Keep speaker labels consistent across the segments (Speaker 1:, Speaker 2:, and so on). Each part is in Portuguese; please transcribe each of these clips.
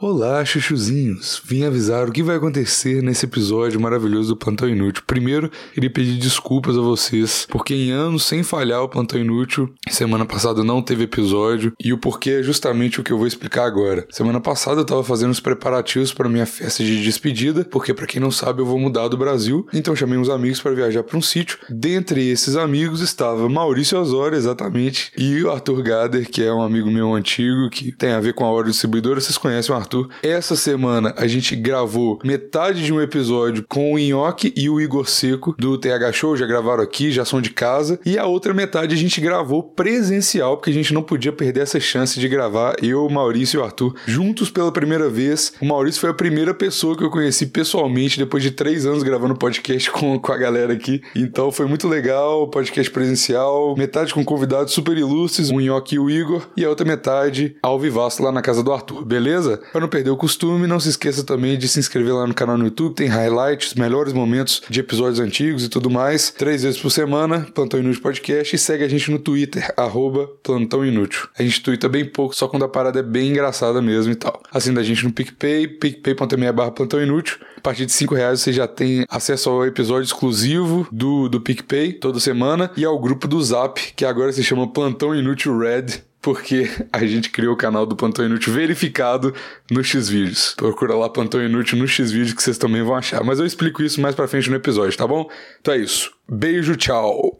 Speaker 1: Olá, chuchuzinhos! Vim avisar o que vai acontecer nesse episódio maravilhoso do Plantão Inútil. Primeiro, queria pedir desculpas a vocês, porque em anos sem falhar o Plantão Inútil, semana passada não teve episódio, e o porquê é justamente o que eu vou explicar agora. Semana passada eu estava fazendo os preparativos para minha festa de despedida, porque para quem não sabe eu vou mudar do Brasil, então chamei uns amigos para viajar para um sítio. Dentre esses amigos estava Maurício Osório, exatamente, e o Arthur Gader, que é um amigo meu antigo, que tem a ver com a hora distribuidora, vocês conhecem o Arthur. Essa semana a gente gravou metade de um episódio com o Nhoque e o Igor Seco do TH Show, já gravaram aqui, já são de casa. E a outra metade a gente gravou presencial, porque a gente não podia perder essa chance de gravar eu, Maurício e o Arthur juntos pela primeira vez. O Maurício foi a primeira pessoa que eu conheci pessoalmente depois de três anos gravando podcast com, com a galera aqui. Então foi muito legal, podcast presencial, metade com convidados super ilustres, o Nhoque e o Igor, e a outra metade ao vivaço lá na casa do Arthur, beleza? Para não perder o costume, não se esqueça também de se inscrever lá no canal no YouTube. Tem highlights, melhores momentos de episódios antigos e tudo mais. Três vezes por semana, Plantão Inútil Podcast. E segue a gente no Twitter, arroba Plantão Inútil. A gente twitta bem pouco, só quando a parada é bem engraçada mesmo e tal. Assim da gente no PicPay, picpay.me barra Plantão Inútil. A partir de 5 reais você já tem acesso ao episódio exclusivo do, do PicPay toda semana e ao grupo do Zap, que agora se chama Plantão Inútil Red porque a gente criou o canal do Plantão Inútil verificado no Xvideos. Procura lá Plantão Inútil no Xvideos que vocês também vão achar. Mas eu explico isso mais pra frente no episódio, tá bom? Então é isso. Beijo, tchau.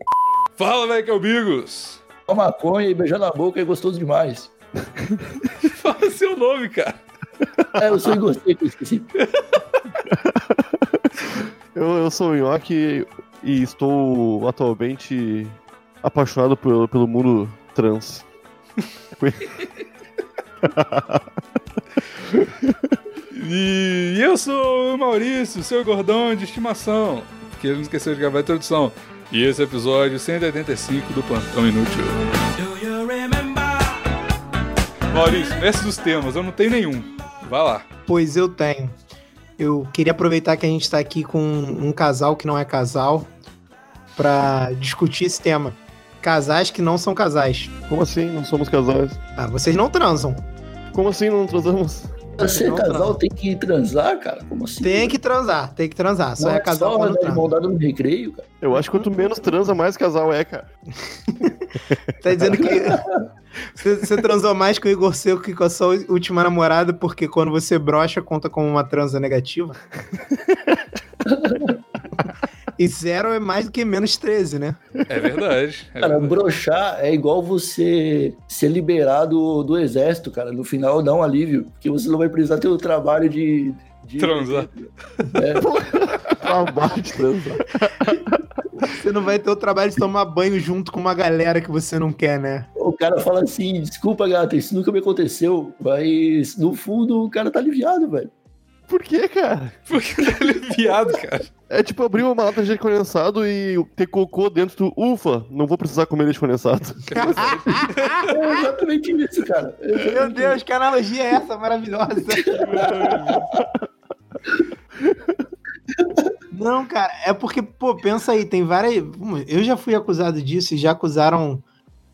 Speaker 1: Fala, velho, que é o Bigos.
Speaker 2: Uma maconha e beijar na boca é gostoso demais.
Speaker 1: Fala seu nome, cara.
Speaker 2: É, eu sou gostei que eu esqueci.
Speaker 3: Eu, eu sou o Nhoque e estou atualmente apaixonado pelo, pelo mundo trans.
Speaker 1: E eu sou o Maurício, seu gordão de estimação. Que ele não esqueceu de gravar a introdução. E esse é o episódio 185 do Plantão Inútil. Maurício, verso dos temas, eu não tenho nenhum. Vai lá.
Speaker 4: Pois eu tenho. Eu queria aproveitar que a gente está aqui com um casal que não é casal para discutir esse tema. Casais que não são casais.
Speaker 3: Como assim? Não somos casais?
Speaker 4: Ah, vocês não transam.
Speaker 3: Como assim não transamos?
Speaker 2: Pra ser
Speaker 4: Não,
Speaker 2: é casal
Speaker 4: não.
Speaker 2: tem que transar, cara? Como assim?
Speaker 4: Tem que transar, tem que transar. Só
Speaker 2: Não
Speaker 4: é casal
Speaker 2: só
Speaker 4: quando
Speaker 2: dar
Speaker 4: transa.
Speaker 2: irmandade no recreio, cara.
Speaker 3: Eu acho que quanto menos transa, mais casal é, cara.
Speaker 4: Tá dizendo que você, você transou mais com o Igor Seco que com a sua última namorada, porque quando você brocha, conta como uma transa negativa? e zero é mais do que menos 13, né?
Speaker 1: É verdade. é
Speaker 2: Cara,
Speaker 1: verdade.
Speaker 2: broxar é igual você ser liberado do exército, cara. No final dá um alívio, porque você não vai precisar ter o trabalho de. de
Speaker 1: Transar.
Speaker 3: Trabalho Tá de transar.
Speaker 4: Você não vai ter o trabalho de tomar banho junto com uma galera que você não quer, né?
Speaker 2: O cara fala assim: desculpa, gata, isso nunca me aconteceu. Mas no fundo o cara tá aliviado, velho.
Speaker 3: Por que, cara?
Speaker 1: Porque ele é aliviado, cara.
Speaker 3: É tipo abrir uma lata de leite condensado e ter cocô dentro do. Ufa, não vou precisar comer leite condensado.
Speaker 2: É exatamente isso, cara. É exatamente
Speaker 4: Meu Deus, que analogia é essa maravilhosa? Não, cara, é porque, pô, pensa aí, tem várias. Eu já fui acusado disso e já acusaram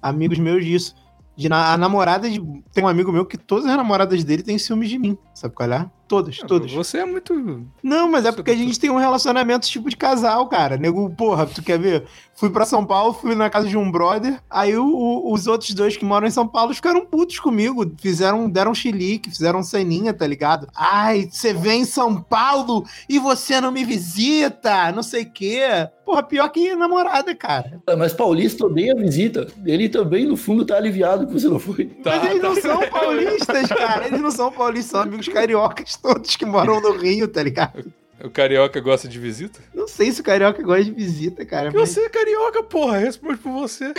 Speaker 4: amigos meus disso. De na- a namorada de. Tem um amigo meu que todas as namoradas dele têm ciúmes de mim. Sabe qual é? Todas, todas.
Speaker 1: Você é muito.
Speaker 4: Não, mas é porque a gente tem um relacionamento tipo de casal, cara. Nego, porra, tu quer ver? Fui pra São Paulo, fui na casa de um brother, aí o- o- os outros dois que moram em São Paulo ficaram putos comigo, fizeram, deram chilique, fizeram ceninha, tá ligado? Ai, você vem em São Paulo e você não me visita, não sei o quê. Porra, pior que namorada, cara.
Speaker 2: isso. É, Mas Paulista odeia a visita. Ele também, no fundo, tá aliviado que você não foi.
Speaker 4: mas eles não são paulistas, cara. Eles não são paulistas, são amigos cariocas todos que moram no Rio, tá ligado?
Speaker 1: O carioca gosta de visita?
Speaker 4: Não sei se o carioca gosta de visita, cara.
Speaker 1: Porque
Speaker 4: mas
Speaker 1: Você é carioca, porra. Responde por você.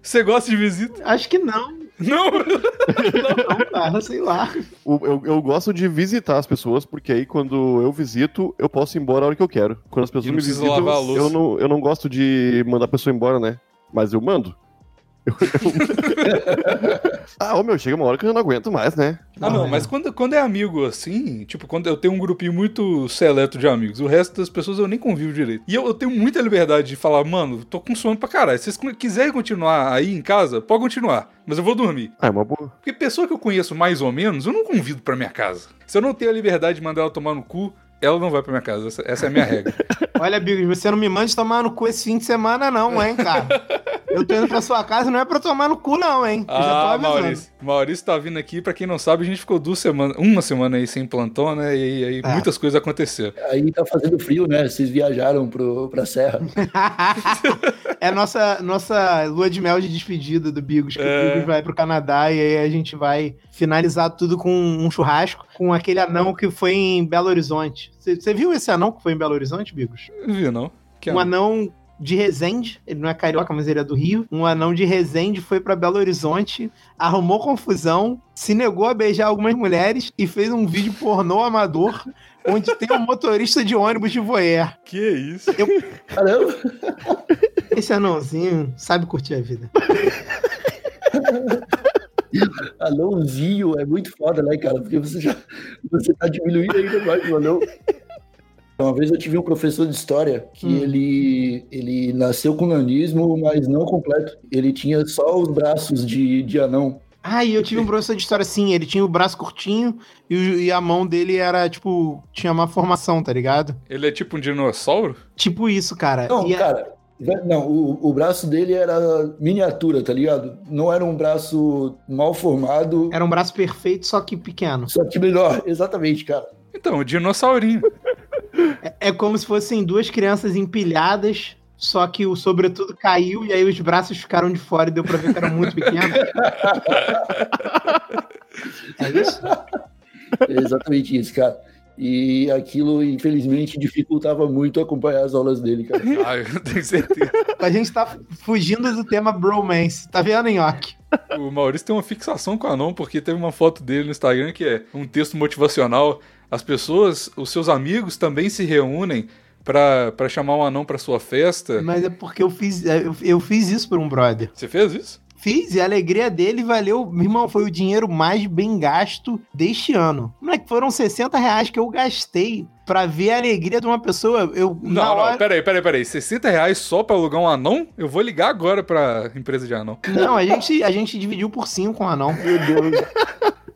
Speaker 1: Você gosta de visita?
Speaker 4: Acho que não.
Speaker 1: Não!
Speaker 4: Não, cara, Então sei lá.
Speaker 3: O- Eu, eu gosto de visitar as pessoas, porque aí quando eu visito, eu posso ir embora a hora que eu quero. Quando as pessoas
Speaker 1: E não
Speaker 3: me
Speaker 1: precisa
Speaker 3: visitam,
Speaker 1: lavar a louça.
Speaker 3: eu não, eu não gosto de mandar a pessoa embora, né? Mas eu mando. Eu- eu- Ah, ô meu, chega uma hora que eu já não aguento mais, né?
Speaker 1: Ah, não, mas quando, quando é amigo assim, tipo, quando eu tenho um grupinho muito seleto de amigos, o resto das pessoas eu nem convivo direito. E eu, eu tenho muita liberdade de falar, mano, tô com sono pra caralho. Se vocês con- quiserem continuar aí em casa, pode continuar, mas eu vou dormir.
Speaker 3: Ah, é uma boa.
Speaker 1: Porque pessoa que eu conheço mais ou menos, eu não convido pra minha casa. Se eu não tenho a liberdade de mandar ela tomar no cu, ela não vai pra minha casa. Essa, essa é a minha regra.
Speaker 4: Olha, Bigos, você não me mande tomar no cu esse fim de semana, não, hein, cara? Eu tô indo pra sua casa, não é pra tomar no cu, não, hein? Eu
Speaker 1: ah, Maurício. Maurício tá vindo aqui, pra quem não sabe, a gente ficou duas semanas, uma semana aí sem plantão, né? E aí
Speaker 4: Ah.
Speaker 1: muitas coisas aconteceram.
Speaker 2: Aí tá fazendo frio, né? Vocês viajaram pro, pra serra.
Speaker 4: é nossa, nossa lua de mel de despedida do Bigos, que
Speaker 1: É.
Speaker 4: o Bigos vai pro Canadá e aí a gente vai finalizar tudo com um churrasco com aquele anão que foi em Belo Horizonte. Você viu esse anão que foi em Belo Horizonte, Bigos?
Speaker 1: Não viu, não? Que
Speaker 4: um
Speaker 1: é-
Speaker 4: anão de Resende, ele não é carioca, mas ele é do Rio. Um anão de Resende foi pra Belo Horizonte, arrumou confusão, se negou a beijar algumas mulheres e fez um vídeo pornô amador onde tem um motorista de ônibus de voyeur.
Speaker 1: Que isso?
Speaker 2: Caramba!
Speaker 4: Esse anãozinho sabe curtir a vida.
Speaker 2: Anãozinho é muito foda, né, cara? Porque você já você tá diminuindo ainda mais o anão. Uma vez eu tive um professor de história que
Speaker 4: Hum.
Speaker 2: ele, ele nasceu com nanismo, mas não completo. Ele tinha só os braços de, de anão.
Speaker 4: Ah, e eu tive um professor de história assim, ele tinha o braço curtinho e, o- e a mão dele era, tipo, tinha uma formação, tá ligado?
Speaker 1: Ele é tipo um dinossauro?
Speaker 4: Tipo isso, cara.
Speaker 2: Não,
Speaker 4: E a-
Speaker 2: cara, velho, não, o, o braço dele era miniatura, tá ligado? Não era um braço mal formado,
Speaker 4: Era um braço perfeito, só que pequeno.
Speaker 2: só que melhor. Exatamente, cara.
Speaker 1: Então, um dinossaurinho.
Speaker 4: É como se fossem duas crianças empilhadas, só que o sobretudo caiu e aí os braços ficaram de fora e deu pra ver que era muito pequeno. é isso?
Speaker 2: É exatamente isso, cara. E aquilo, infelizmente, dificultava muito acompanhar as aulas dele, cara.
Speaker 1: Ah, eu tenho certeza.
Speaker 4: A gente tá fugindo do tema bromance. Tá vendo, Nhoque?
Speaker 1: O Maurício tem uma fixação com o anão, porque teve uma foto dele no Instagram que é um texto motivacional. As pessoas, os seus amigos também se reúnem pra, pra chamar um anão pra sua festa.
Speaker 4: Mas é porque eu fiz, eu, eu fiz isso por um brother.
Speaker 1: Você fez isso?
Speaker 4: Fiz e a alegria dele valeu. Meu irmão, foi o dinheiro mais bem gasto deste ano. Moleque, foram 60 reais que eu gastei pra ver a alegria de uma pessoa. Eu,
Speaker 1: Não,
Speaker 4: na
Speaker 1: não,
Speaker 4: hora...
Speaker 1: peraí, peraí, peraí. R$ 60 reais só pra alugar um anão? Eu vou ligar agora pra empresa de anão.
Speaker 4: Não, a gente, a gente dividiu por cinco um anão.
Speaker 2: Meu Deus.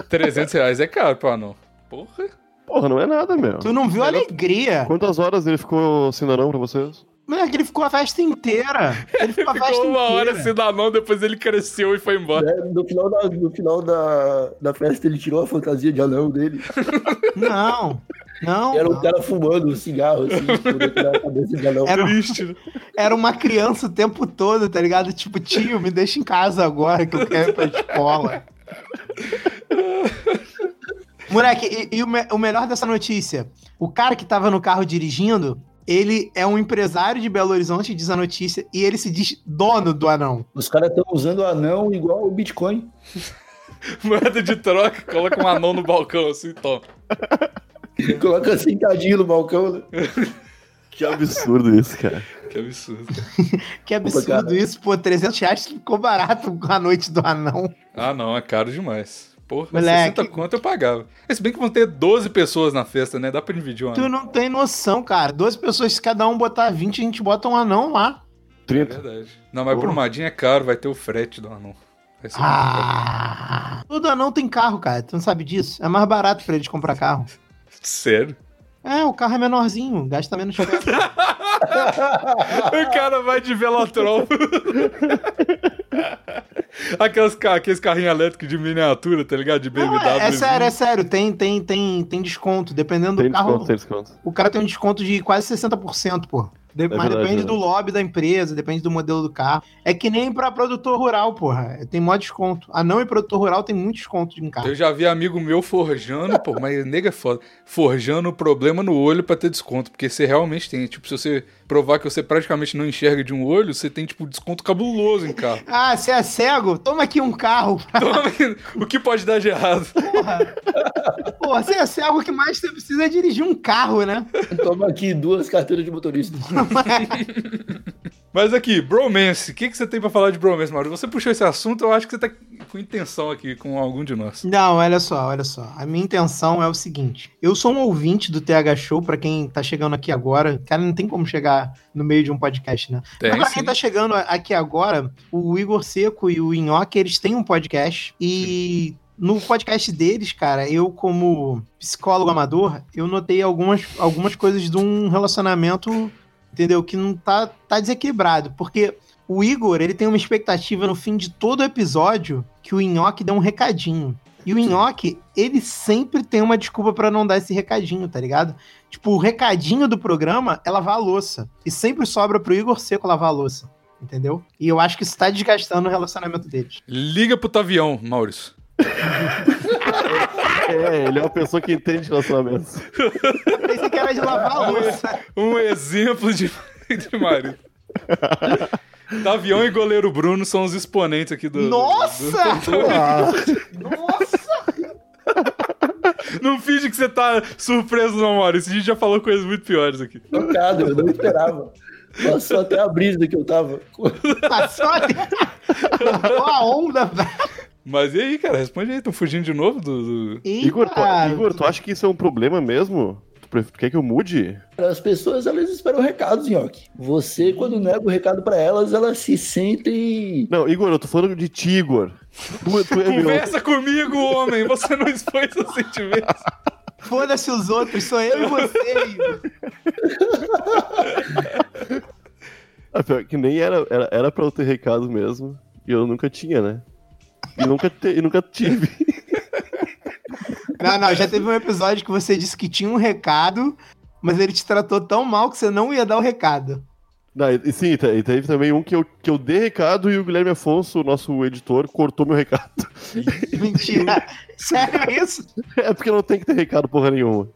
Speaker 1: 300 reais é caro pra anão. Porra.
Speaker 3: Porra, não é nada, meu.
Speaker 4: Tu não viu a
Speaker 1: Melhor-
Speaker 4: alegria?
Speaker 3: Quantas horas ele ficou sem anão pra vocês?
Speaker 4: Moleque, ele ficou a festa inteira. Ele ficou a festa
Speaker 1: Ficou uma
Speaker 4: inteira.
Speaker 1: hora assim. sendo anão, depois ele cresceu e foi embora.
Speaker 2: Né? No final, da, no final da, da festa, ele tirou a fantasia de anão dele.
Speaker 4: Não, não.
Speaker 2: Era um
Speaker 4: não.
Speaker 2: cara fumando um cigarro, assim, por dentro da cabeça de anão.
Speaker 4: Era, um
Speaker 1: Triste, né?
Speaker 4: era uma criança o tempo todo, tá ligado? Tipo, tio, me deixa em casa agora que eu quero ir pra escola. Moleque, e, e o, me- o melhor dessa notícia: o cara que tava no carro dirigindo, ele é um empresário de Belo Horizonte, diz a notícia, e ele se diz dono do anão.
Speaker 2: Os caras estão usando anão igual o Bitcoin.
Speaker 1: Moeda de troca, coloca um anão no balcão assim, toma.
Speaker 2: Coloca sentadinho no balcão. Né?
Speaker 3: Que absurdo isso, cara.
Speaker 1: Que absurdo.
Speaker 4: Que absurdo
Speaker 2: cara.
Speaker 4: isso, pô, 300 reais ficou barato com a noite do anão.
Speaker 1: Ah, não, é caro demais. Porra,
Speaker 4: Moleque.
Speaker 1: 60 conto eu pagava. Mas Se bem que vão ter 12 pessoas na festa, né? Dá pra dividir um
Speaker 4: Tu
Speaker 1: anão.
Speaker 4: não tem noção, cara. Duas pessoas, se cada um botar 20, a gente bota um anão lá.
Speaker 3: 30.
Speaker 1: É Verdade. Não, mas
Speaker 3: Porra.
Speaker 1: Brumadinho é caro, vai ter o frete do anão. Vai ser muito caro.
Speaker 4: Ah! Todo anão tem carro, cara. Tu não sabe disso? É mais barato pra eles comprar carro.
Speaker 1: Sério?
Speaker 4: É, o carro é menorzinho, gasta menos coisa.
Speaker 1: o cara vai de velotrol. Aqueles, ca- aqueles carrinhos elétricos de miniatura, tá ligado? De BMW.
Speaker 4: Não, é, é sério, é sério. Tem, tem, tem, tem desconto. Dependendo do
Speaker 3: Tem
Speaker 4: carro,
Speaker 3: desconto, tem desconto.
Speaker 4: o cara tem um desconto de quase 60%, pô. De-
Speaker 3: É
Speaker 4: mas
Speaker 3: verdade,
Speaker 4: depende
Speaker 3: né?
Speaker 4: do lobby da empresa, depende do modelo do carro. É que nem pra produtor rural, porra. Tem maior desconto. Anão e produtor rural tem muito desconto em carro.
Speaker 1: Eu já vi amigo meu forjando, pô, mas nega é foda. Forjando o problema no olho pra ter desconto. Porque você realmente tem. Tipo, se você provar que você praticamente não enxerga de um olho, você tem, tipo, desconto cabuloso em carro.
Speaker 4: Ah, você é cego? Toma aqui um carro.
Speaker 1: Toma, o que pode dar de errado?
Speaker 4: Pô, você é cego, o que mais você precisa é dirigir um carro, né?
Speaker 2: Toma aqui duas carteiras de motorista.
Speaker 1: Mas aqui, bromance. O que, que você tem pra falar de bromance, Mauro? Você puxou esse assunto, eu acho que você tá com intenção aqui com algum de nós.
Speaker 4: Não, olha só, olha só. A minha intenção é o seguinte: eu sou um ouvinte do TH Show, pra quem tá chegando aqui agora. Cara, não tem como chegar no meio de um podcast, né?
Speaker 1: Tem,
Speaker 4: Mas pra
Speaker 1: sim.
Speaker 4: quem tá chegando aqui agora, o Igor Seco e o Inhoque, eles têm um podcast. E no podcast deles, cara, eu, como psicólogo amador, eu notei algumas, algumas coisas de um relacionamento, entendeu? Que não tá, tá desequilibrado. Porque o Igor, ele tem uma expectativa no fim de todo episódio que o Inhoque dê um recadinho. E o Inhoque, ele sempre tem uma desculpa pra não dar esse recadinho, tá ligado? Tipo, o recadinho do programa é lavar a louça. E sempre sobra pro Igor Seco lavar a louça. Entendeu? E eu acho que isso tá desgastando o relacionamento deles.
Speaker 1: Liga pro Tavião, Maurício.
Speaker 3: É, ele é uma pessoa que entende relacionamentos.
Speaker 4: Eu pensei que era de lavar a louça.
Speaker 1: Um exemplo de, de marido. Tavião e goleiro Bruno são os exponentes aqui do. do-
Speaker 4: Nossa!
Speaker 3: Ah,
Speaker 4: Nossa!
Speaker 1: do- Não finge que você tá surpreso, não, Maurício. A gente já falou coisas muito piores aqui.
Speaker 2: Chocado, eu não esperava. Passou até a brisa que eu tava.
Speaker 4: Passou até- Ó a onda, velho.
Speaker 1: Mas e aí, cara? Responde aí. Tão fugindo de novo do. do-
Speaker 4: Eita.
Speaker 3: Igor, tu, Igor, tu acha que isso é um problema mesmo? Tu, pref- tu quer que eu mude?
Speaker 2: As pessoas, elas esperam recados, Nhoque. Você, quando nega o recado pra elas, elas se sentem...
Speaker 3: Não, Igor, eu tô falando de ti, Igor. Tu, tu é meu.
Speaker 1: Conversa comigo, homem. Você não expõe seus sentimentos.
Speaker 4: Foda-se os outros, sou eu e você, Igor.
Speaker 3: Ah, pior que nem era, era, era pra eu ter recado mesmo. E eu nunca tinha, né? E nunca, te- e nunca tive.
Speaker 4: Não, não, já teve um episódio que você disse que tinha um recado, mas ele te tratou tão mal que você não ia dar o recado.
Speaker 3: Não, e, e sim, te- e teve também um que eu, que eu dei recado e o Guilherme Afonso, nosso editor, cortou meu recado.
Speaker 4: Mentira. Sério isso?
Speaker 3: É porque não tem que ter recado porra nenhuma.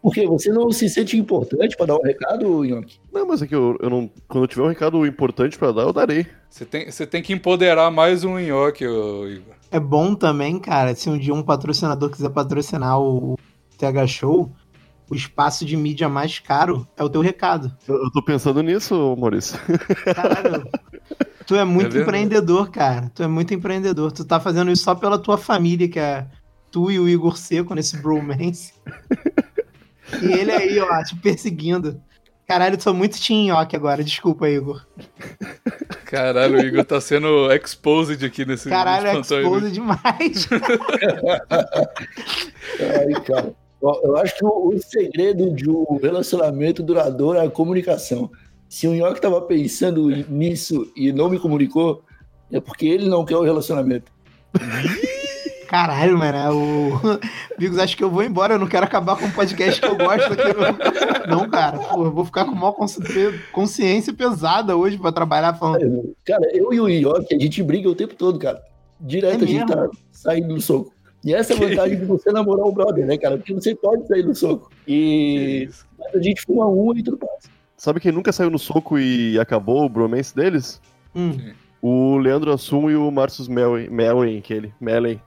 Speaker 2: Porque você não se sente importante pra dar um recado, Nhoque?
Speaker 3: Não, mas é que eu, eu não. Quando eu tiver um recado importante pra dar, eu darei.
Speaker 1: Você tem, você tem que empoderar mais um nhoque, ô, Igor.
Speaker 4: É bom também, cara, se um dia um patrocinador quiser patrocinar o TH Show, o espaço de mídia mais caro é o teu recado.
Speaker 3: Eu, eu tô pensando nisso, Maurício.
Speaker 4: Caralho. tu é
Speaker 1: É
Speaker 4: muito
Speaker 1: verdade.
Speaker 4: empreendedor, cara. Tu é muito empreendedor. Tu tá fazendo isso só pela tua família, que é tu e o Igor Seco nesse bromance. e ele aí, ó, te perseguindo. Caralho, eu sou muito tinhoque agora. Desculpa, Igor.
Speaker 1: Caralho, o Igor tá sendo exposed aqui nesse
Speaker 4: Caralho, é
Speaker 1: nesse plantão aí. né?
Speaker 4: exposa demais.
Speaker 2: Ai, cara. Ó, Eu acho que o, o segredo de um relacionamento duradouro é a comunicação. Se o Nhoque tava pensando nisso e não me comunicou, é porque ele não quer o relacionamento.
Speaker 4: Caralho, mano, é o. Bigos, acho que eu vou embora, eu não quero acabar com um podcast que eu gosto. aqui, não. Não, cara, pô, eu vou ficar com maior consci- consciência pesada hoje pra trabalhar falando.
Speaker 2: Cara, eu e o Nhoque, a gente briga o tempo todo, cara. Direto
Speaker 4: É
Speaker 2: a gente tá saindo no soco. E essa é a
Speaker 1: Que
Speaker 2: vantagem de você namorar um brother, né, cara? Porque você pode sair no soco. E a gente fuma um e tudo passa.
Speaker 3: Sabe quem nunca saiu no soco e acabou o bromance deles?
Speaker 4: Hum,
Speaker 3: O Leandro Assum e o Marcus Melwen, Melwen que ele, Melwen.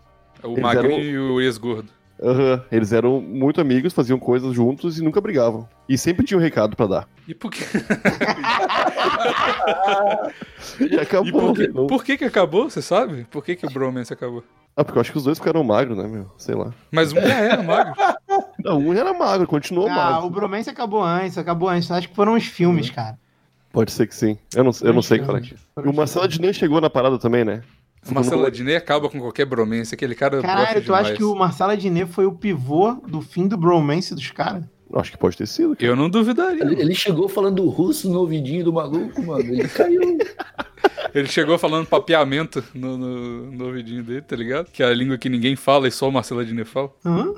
Speaker 1: O
Speaker 3: Eles
Speaker 1: magrinho
Speaker 3: eram-
Speaker 1: e o ex-gordo.
Speaker 3: Aham, eles eram muito amigos, faziam coisas juntos e nunca brigavam. E sempre tinha um recado pra dar.
Speaker 1: E por que,
Speaker 4: É
Speaker 3: E
Speaker 1: e
Speaker 3: acabou.
Speaker 1: por que,
Speaker 3: não-
Speaker 1: por que que acabou, você sabe? Por que que o bromance acabou?
Speaker 3: Ah, porque eu acho que os dois ficaram magros, né, meu? Sei lá.
Speaker 1: Mas um já era magro.
Speaker 3: Não, um era magro, continuou
Speaker 4: Ah,
Speaker 3: magro.
Speaker 4: o Bromance acabou antes, acabou antes. Acho que foram os filmes, cara.
Speaker 3: Pode ser que sim. Eu não, eu não sei qual é. que-
Speaker 4: Filmes.
Speaker 3: Hum. E o Marcelo Adnet chegou na parada também, né?
Speaker 1: O Marcelo Adnet acaba com qualquer bromance. Aquele cara
Speaker 4: Caralho,
Speaker 1: brocha
Speaker 4: tu acha
Speaker 1: demais.
Speaker 4: que o Marcelo Adnet foi o pivô do fim do Bromance dos caras?
Speaker 3: Acho que pode ter sido. cara.
Speaker 1: Eu não duvidaria.
Speaker 2: Ele, ele chegou falando russo no ouvidinho do maluco, mano. Ele caiu.
Speaker 1: Ele chegou falando papeamento no, no, no ouvidinho dele, tá ligado? Que é a língua que ninguém fala e só o Marcelo Adnet fala.
Speaker 4: Hã?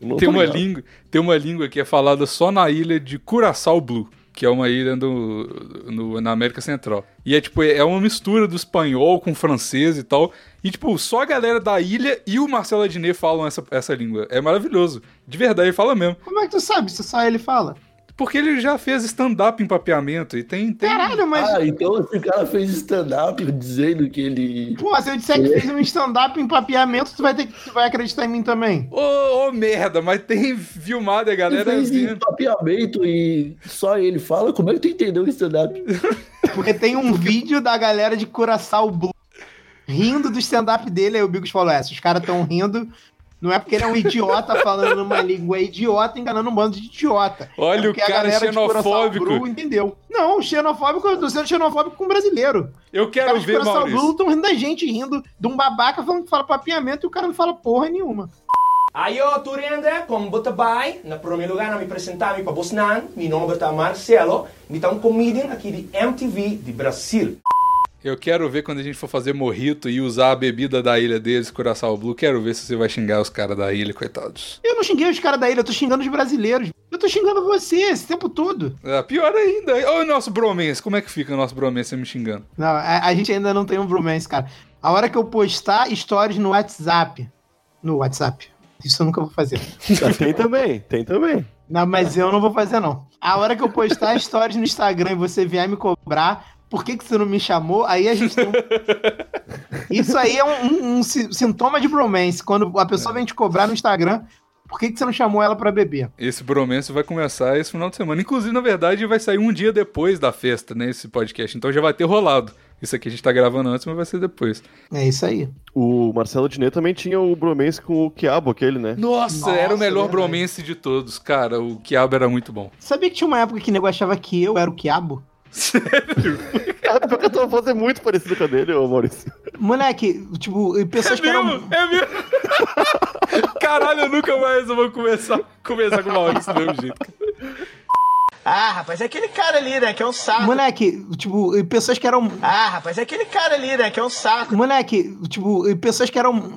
Speaker 3: Eu não
Speaker 1: Tem
Speaker 3: tô
Speaker 1: uma,
Speaker 3: ligado.
Speaker 1: língua, tem uma língua que é falada só na ilha de Curaçao Blue, que é uma ilha do, no- na América Central. E é tipo, é uma mistura do espanhol com francês e tal. E tipo, só a galera da ilha e o Marcelo Adnet falam essa, essa língua. É maravilhoso. De verdade, ele fala mesmo.
Speaker 4: Como é que tu sabe se só ele fala?
Speaker 1: Porque ele já fez stand-up em papeamento e tem... tem...
Speaker 4: Caralho, mas.
Speaker 2: Ah, então esse cara fez stand-up dizendo que ele.
Speaker 4: Pô, se eu disser que fez um stand-up em papeamento, tu vai, ter, que- tu vai acreditar em mim também.
Speaker 1: Ô, ô, merda, mas tem filmado e a
Speaker 2: Ele
Speaker 1: galera
Speaker 2: fez em
Speaker 1: vendo.
Speaker 2: papeamento e só ele fala. Como é que tu entendeu o stand-up?
Speaker 4: Porque tem um vídeo da galera de Curaçao Blue rindo do stand-up dele. Aí o Bigos falou: é, se os caras estão rindo, não é porque ele é um idiota falando uma língua idiota, enganando um bando de idiota.
Speaker 1: Olha
Speaker 4: É
Speaker 1: o
Speaker 4: porque a
Speaker 1: cara
Speaker 4: galera de Curaçao
Speaker 1: xenofóbico.
Speaker 4: Blue entendeu? Não, xenofóbico, eu tô sendo xenofóbico com brasileiro.
Speaker 1: Eu
Speaker 4: Os
Speaker 1: quero
Speaker 4: caras de
Speaker 1: ver,
Speaker 4: Curaçao
Speaker 1: Maurício.
Speaker 4: Blue estão rindo da gente, rindo de um babaca falando que fala papiamento e o cara não fala porra nenhuma.
Speaker 5: Ajo Turende, com Botabay, na primeiro lugar, me apresentei para Bosnan, meu nome é Marcelo, me tá um comedian aqui de MTV de Brasil.
Speaker 1: Eu quero ver quando a gente for fazer morrito e usar a bebida da ilha deles, Curaçao Blue. Quero ver se você vai xingar os caras da ilha, coitados.
Speaker 4: Eu não xinguei os caras da ilha, eu tô xingando os brasileiros. Eu tô xingando você esse tempo todo.
Speaker 1: É, pior ainda. Olha o nosso bromance. Como é que fica o nosso bromance me xingando?
Speaker 4: Não, a, a gente ainda não tem um bromance, cara. A hora que eu postar stories no WhatsApp. No WhatsApp. Isso eu nunca vou fazer.
Speaker 3: Ah, tem também, tem também.
Speaker 4: Não, mas eu não vou fazer, não. A hora que eu postar stories no Instagram e você vier me cobrar, por que, que você não me chamou? Aí a gente tem um... Isso aí é um, um- um si- sintoma de bromance. Quando a pessoa vem te cobrar no Instagram, por que, que você não chamou ela pra beber?
Speaker 1: Esse bromance vai começar esse final de semana. Inclusive, na verdade, vai sair um dia depois da festa, né? Esse podcast. Então já vai ter rolado. Isso aqui a gente tá gravando antes, mas vai ser depois.
Speaker 4: É isso aí.
Speaker 3: O Marcelo Diné também tinha o bromance com o Quiabo, aquele, né?
Speaker 1: Nossa,
Speaker 4: Nossa,
Speaker 1: era o melhor
Speaker 4: verdade.
Speaker 1: bromance de todos, cara. O Quiabo era muito bom.
Speaker 4: Sabia que tinha uma época que o nego achava que eu era o quiabo?
Speaker 3: É, pior que a tua voz é muito parecida com a dele, ô Maurício.
Speaker 4: Moleque, tipo, e pessoas que eram.
Speaker 1: é mesmo. Caralho, eu nunca mais eu vou começar, começar com o Maurício do mesmo jeito.
Speaker 6: Ah, rapaz, é aquele cara ali, né, que é um saco.
Speaker 4: Moleque, tipo, e pessoas que eram.
Speaker 6: Ah, rapaz, é aquele cara ali, né, que é um saco.
Speaker 4: Moleque, tipo, e pessoas que eram.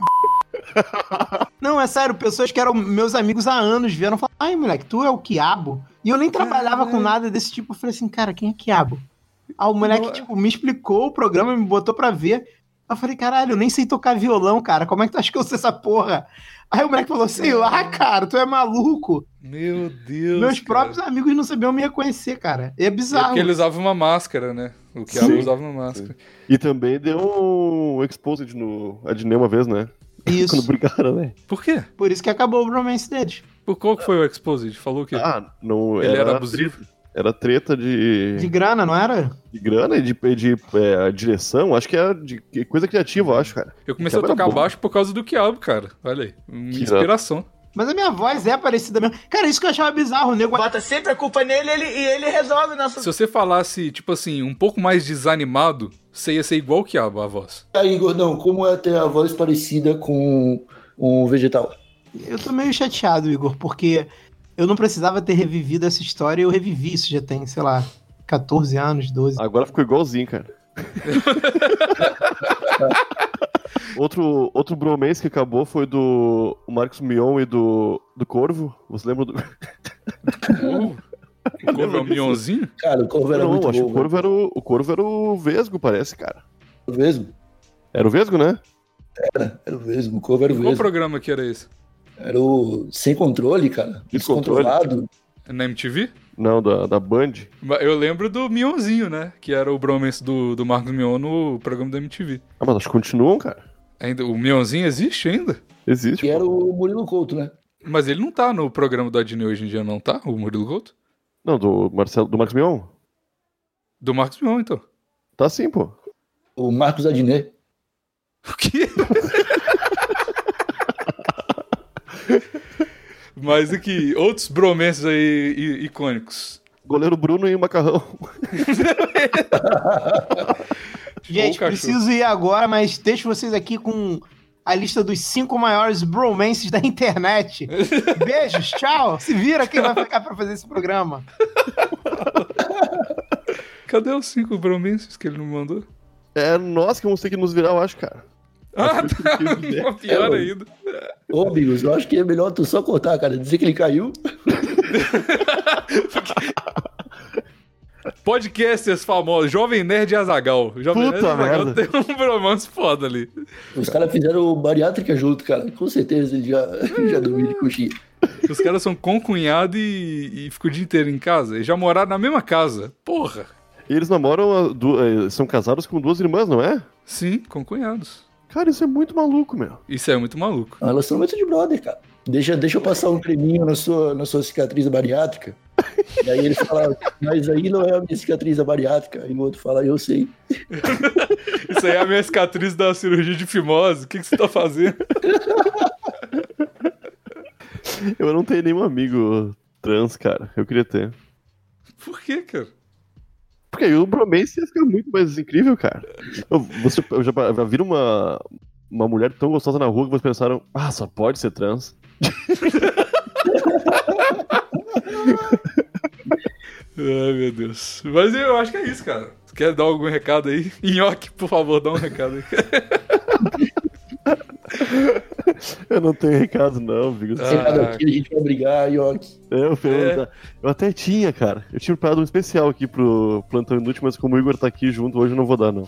Speaker 4: Não, é sério, pessoas que eram meus amigos há anos vieram falar: ai, moleque, tu é o quiabo. E eu nem trabalhava com nada desse tipo. Eu falei assim, cara, quem é quiabo? Ah, o moleque,
Speaker 1: Não, é-
Speaker 4: tipo, me explicou o programa, me botou pra ver. Eu falei, caralho, eu nem sei tocar violão, cara. Como é que tu acha que eu sei essa porra? Aí o moleque falou, sei lá, cara, tu é maluco.
Speaker 1: Meu Deus.
Speaker 4: Meus
Speaker 1: cara.
Speaker 4: próprios amigos não sabiam me reconhecer, cara. É
Speaker 1: É
Speaker 4: bizarro.
Speaker 1: porque ele usava uma máscara, né? O Quiabo
Speaker 3: Sim.
Speaker 1: usava uma máscara.
Speaker 3: E também deu um exposed no a Diné uma vez, né?
Speaker 4: Isso.
Speaker 3: Quando brigaram, né?
Speaker 1: Por quê?
Speaker 4: Por isso que acabou o bromance deles.
Speaker 1: Por qual que foi o Exposed? Falou o quê?
Speaker 3: Ah, não.
Speaker 1: ele era
Speaker 3: treta-
Speaker 1: abusivo?
Speaker 3: Era treta de,
Speaker 4: De
Speaker 3: de...
Speaker 4: grana, não era?
Speaker 3: grana e de, de é, direção, acho que era de de coisa criativa, eu acho, cara.
Speaker 1: Eu comecei a
Speaker 3: Quiabo era
Speaker 1: tocar
Speaker 3: bom.
Speaker 1: baixo por causa do Quiabo, cara. Olha aí. Uma
Speaker 3: Que
Speaker 1: inspiração.
Speaker 4: Mas a minha voz é parecida mesmo. Cara, isso que eu achava bizarro, o nego.
Speaker 6: Bota sempre a culpa nele ele, e ele resolve o nosso...
Speaker 1: Se você falasse, tipo assim, um pouco mais desanimado, você ia ser igual o Quiabo, a voz.
Speaker 2: Aí, gordão, como é ter a voz parecida com um vegetal?
Speaker 4: Eu tô meio chateado, Igor, porque eu não precisava ter revivido essa história e eu revivi isso já tem, sei lá, 14 anos, 12.
Speaker 3: Agora ficou igualzinho, cara. outro, outro bromance que acabou foi do Marcos Mion e do, do Corvo. Você lembra do.
Speaker 1: Uh, como é o Mionzinho?
Speaker 2: Cara, o Corvo era
Speaker 3: não,
Speaker 2: muito
Speaker 3: acho
Speaker 2: bom. né?
Speaker 3: que o Corvo, era o, o Corvo era o Vesgo, parece, cara.
Speaker 2: velho. Era o Vesgo?
Speaker 3: Era o Vesgo, né?
Speaker 2: Era, era o Vesgo. O Corvo era o
Speaker 1: Qual
Speaker 2: Vesgo.
Speaker 1: programa que era esse?
Speaker 2: Era o sem controle, cara.
Speaker 3: Descontrole.
Speaker 2: Descontrolado.
Speaker 1: Na MTV?
Speaker 3: Não, da, da Band.
Speaker 1: Mas Eu lembro do Mionzinho, né? Que era o bromance do, do Marcos Mion no programa da MTV.
Speaker 3: Ah, mas acho que continuam, cara.
Speaker 1: Ainda, o Mionzinho existe ainda?
Speaker 3: Existe.
Speaker 2: Que era o Murilo Couto, né?
Speaker 1: Mas ele não tá no programa do Adnei hoje em dia, não tá? O Murilo Couto?
Speaker 3: Não, do Marcelo. Do Marcos Mion?
Speaker 1: Do Marcos Mion, então.
Speaker 3: Tá sim, pô.
Speaker 2: O Marcos Adnet.
Speaker 1: O quê? Mas aqui, outros bromenses aí i- icônicos.
Speaker 3: Goleiro Bruno e Macarrão.
Speaker 1: Ou
Speaker 4: Gente,
Speaker 1: cachorro.
Speaker 4: preciso ir agora, mas deixo vocês aqui com a lista dos cinco maiores bromances da internet. Beijos, tchau. Se vira quem vai ficar pra fazer esse programa.
Speaker 1: Cadê os cinco bromenses que ele não mandou?
Speaker 3: É nós que vamos ter que nos virar, eu acho, cara.
Speaker 1: Ah,
Speaker 3: Acho que
Speaker 1: tá.
Speaker 3: eu tive ideia.
Speaker 1: Pior ainda.
Speaker 2: Ô, Bigos, eu acho que é melhor tu só cortar, cara. Dizer que ele caiu.
Speaker 1: Podcasters famosos, Jovem Nerd e Azagal. Jovem
Speaker 3: Puta
Speaker 1: Nerd e Azagal
Speaker 3: merda.
Speaker 1: tem um bromance foda ali.
Speaker 2: Os caras fizeram bariátrica junto, cara. Com certeza ele já, já dormiu de coxinha.
Speaker 1: Os caras são concunhado e, e ficam o dia inteiro em casa. E já moraram na mesma casa. Porra.
Speaker 3: E eles namoram, a du- eh, são casados com duas irmãs, não é?
Speaker 1: Sim, concunhados.
Speaker 3: Cara, isso é muito maluco, meu.
Speaker 1: Isso é muito maluco.
Speaker 2: É um relacionamento de brother, cara. Deixa, deixa eu passar um creminho na sua, na sua cicatriz bariátrica. E aí ele fala, mas aí não é a minha cicatriz bariátrica. E o outro fala, eu sei.
Speaker 1: Isso aí é a minha cicatriz da cirurgia de fimose. O que, que você tá fazendo?
Speaker 3: Eu não tenho nenhum amigo trans, cara. Eu queria ter.
Speaker 1: Por que, cara?
Speaker 3: Porque aí o bromance ia ficar muito mais incrível, cara. Eu- Você eu já, já viram uma, uma mulher tão gostosa na rua que vocês pensaram, ah, só pode ser trans?
Speaker 1: Ai, meu Deus. Mas eu acho que é isso, cara. Você quer dar algum recado aí? Nhoque, por favor, dá um recado aí.
Speaker 3: Eu não tenho recado, não, Vigo.
Speaker 1: Ah.
Speaker 2: Sem nada aqui, a gente vai brigar, York.
Speaker 3: Eu, pergunto- eu até tinha, cara. Eu tinha preparado um especial aqui pro Plantão Inútil, mas como o Igor tá aqui junto, hoje eu não vou dar, não.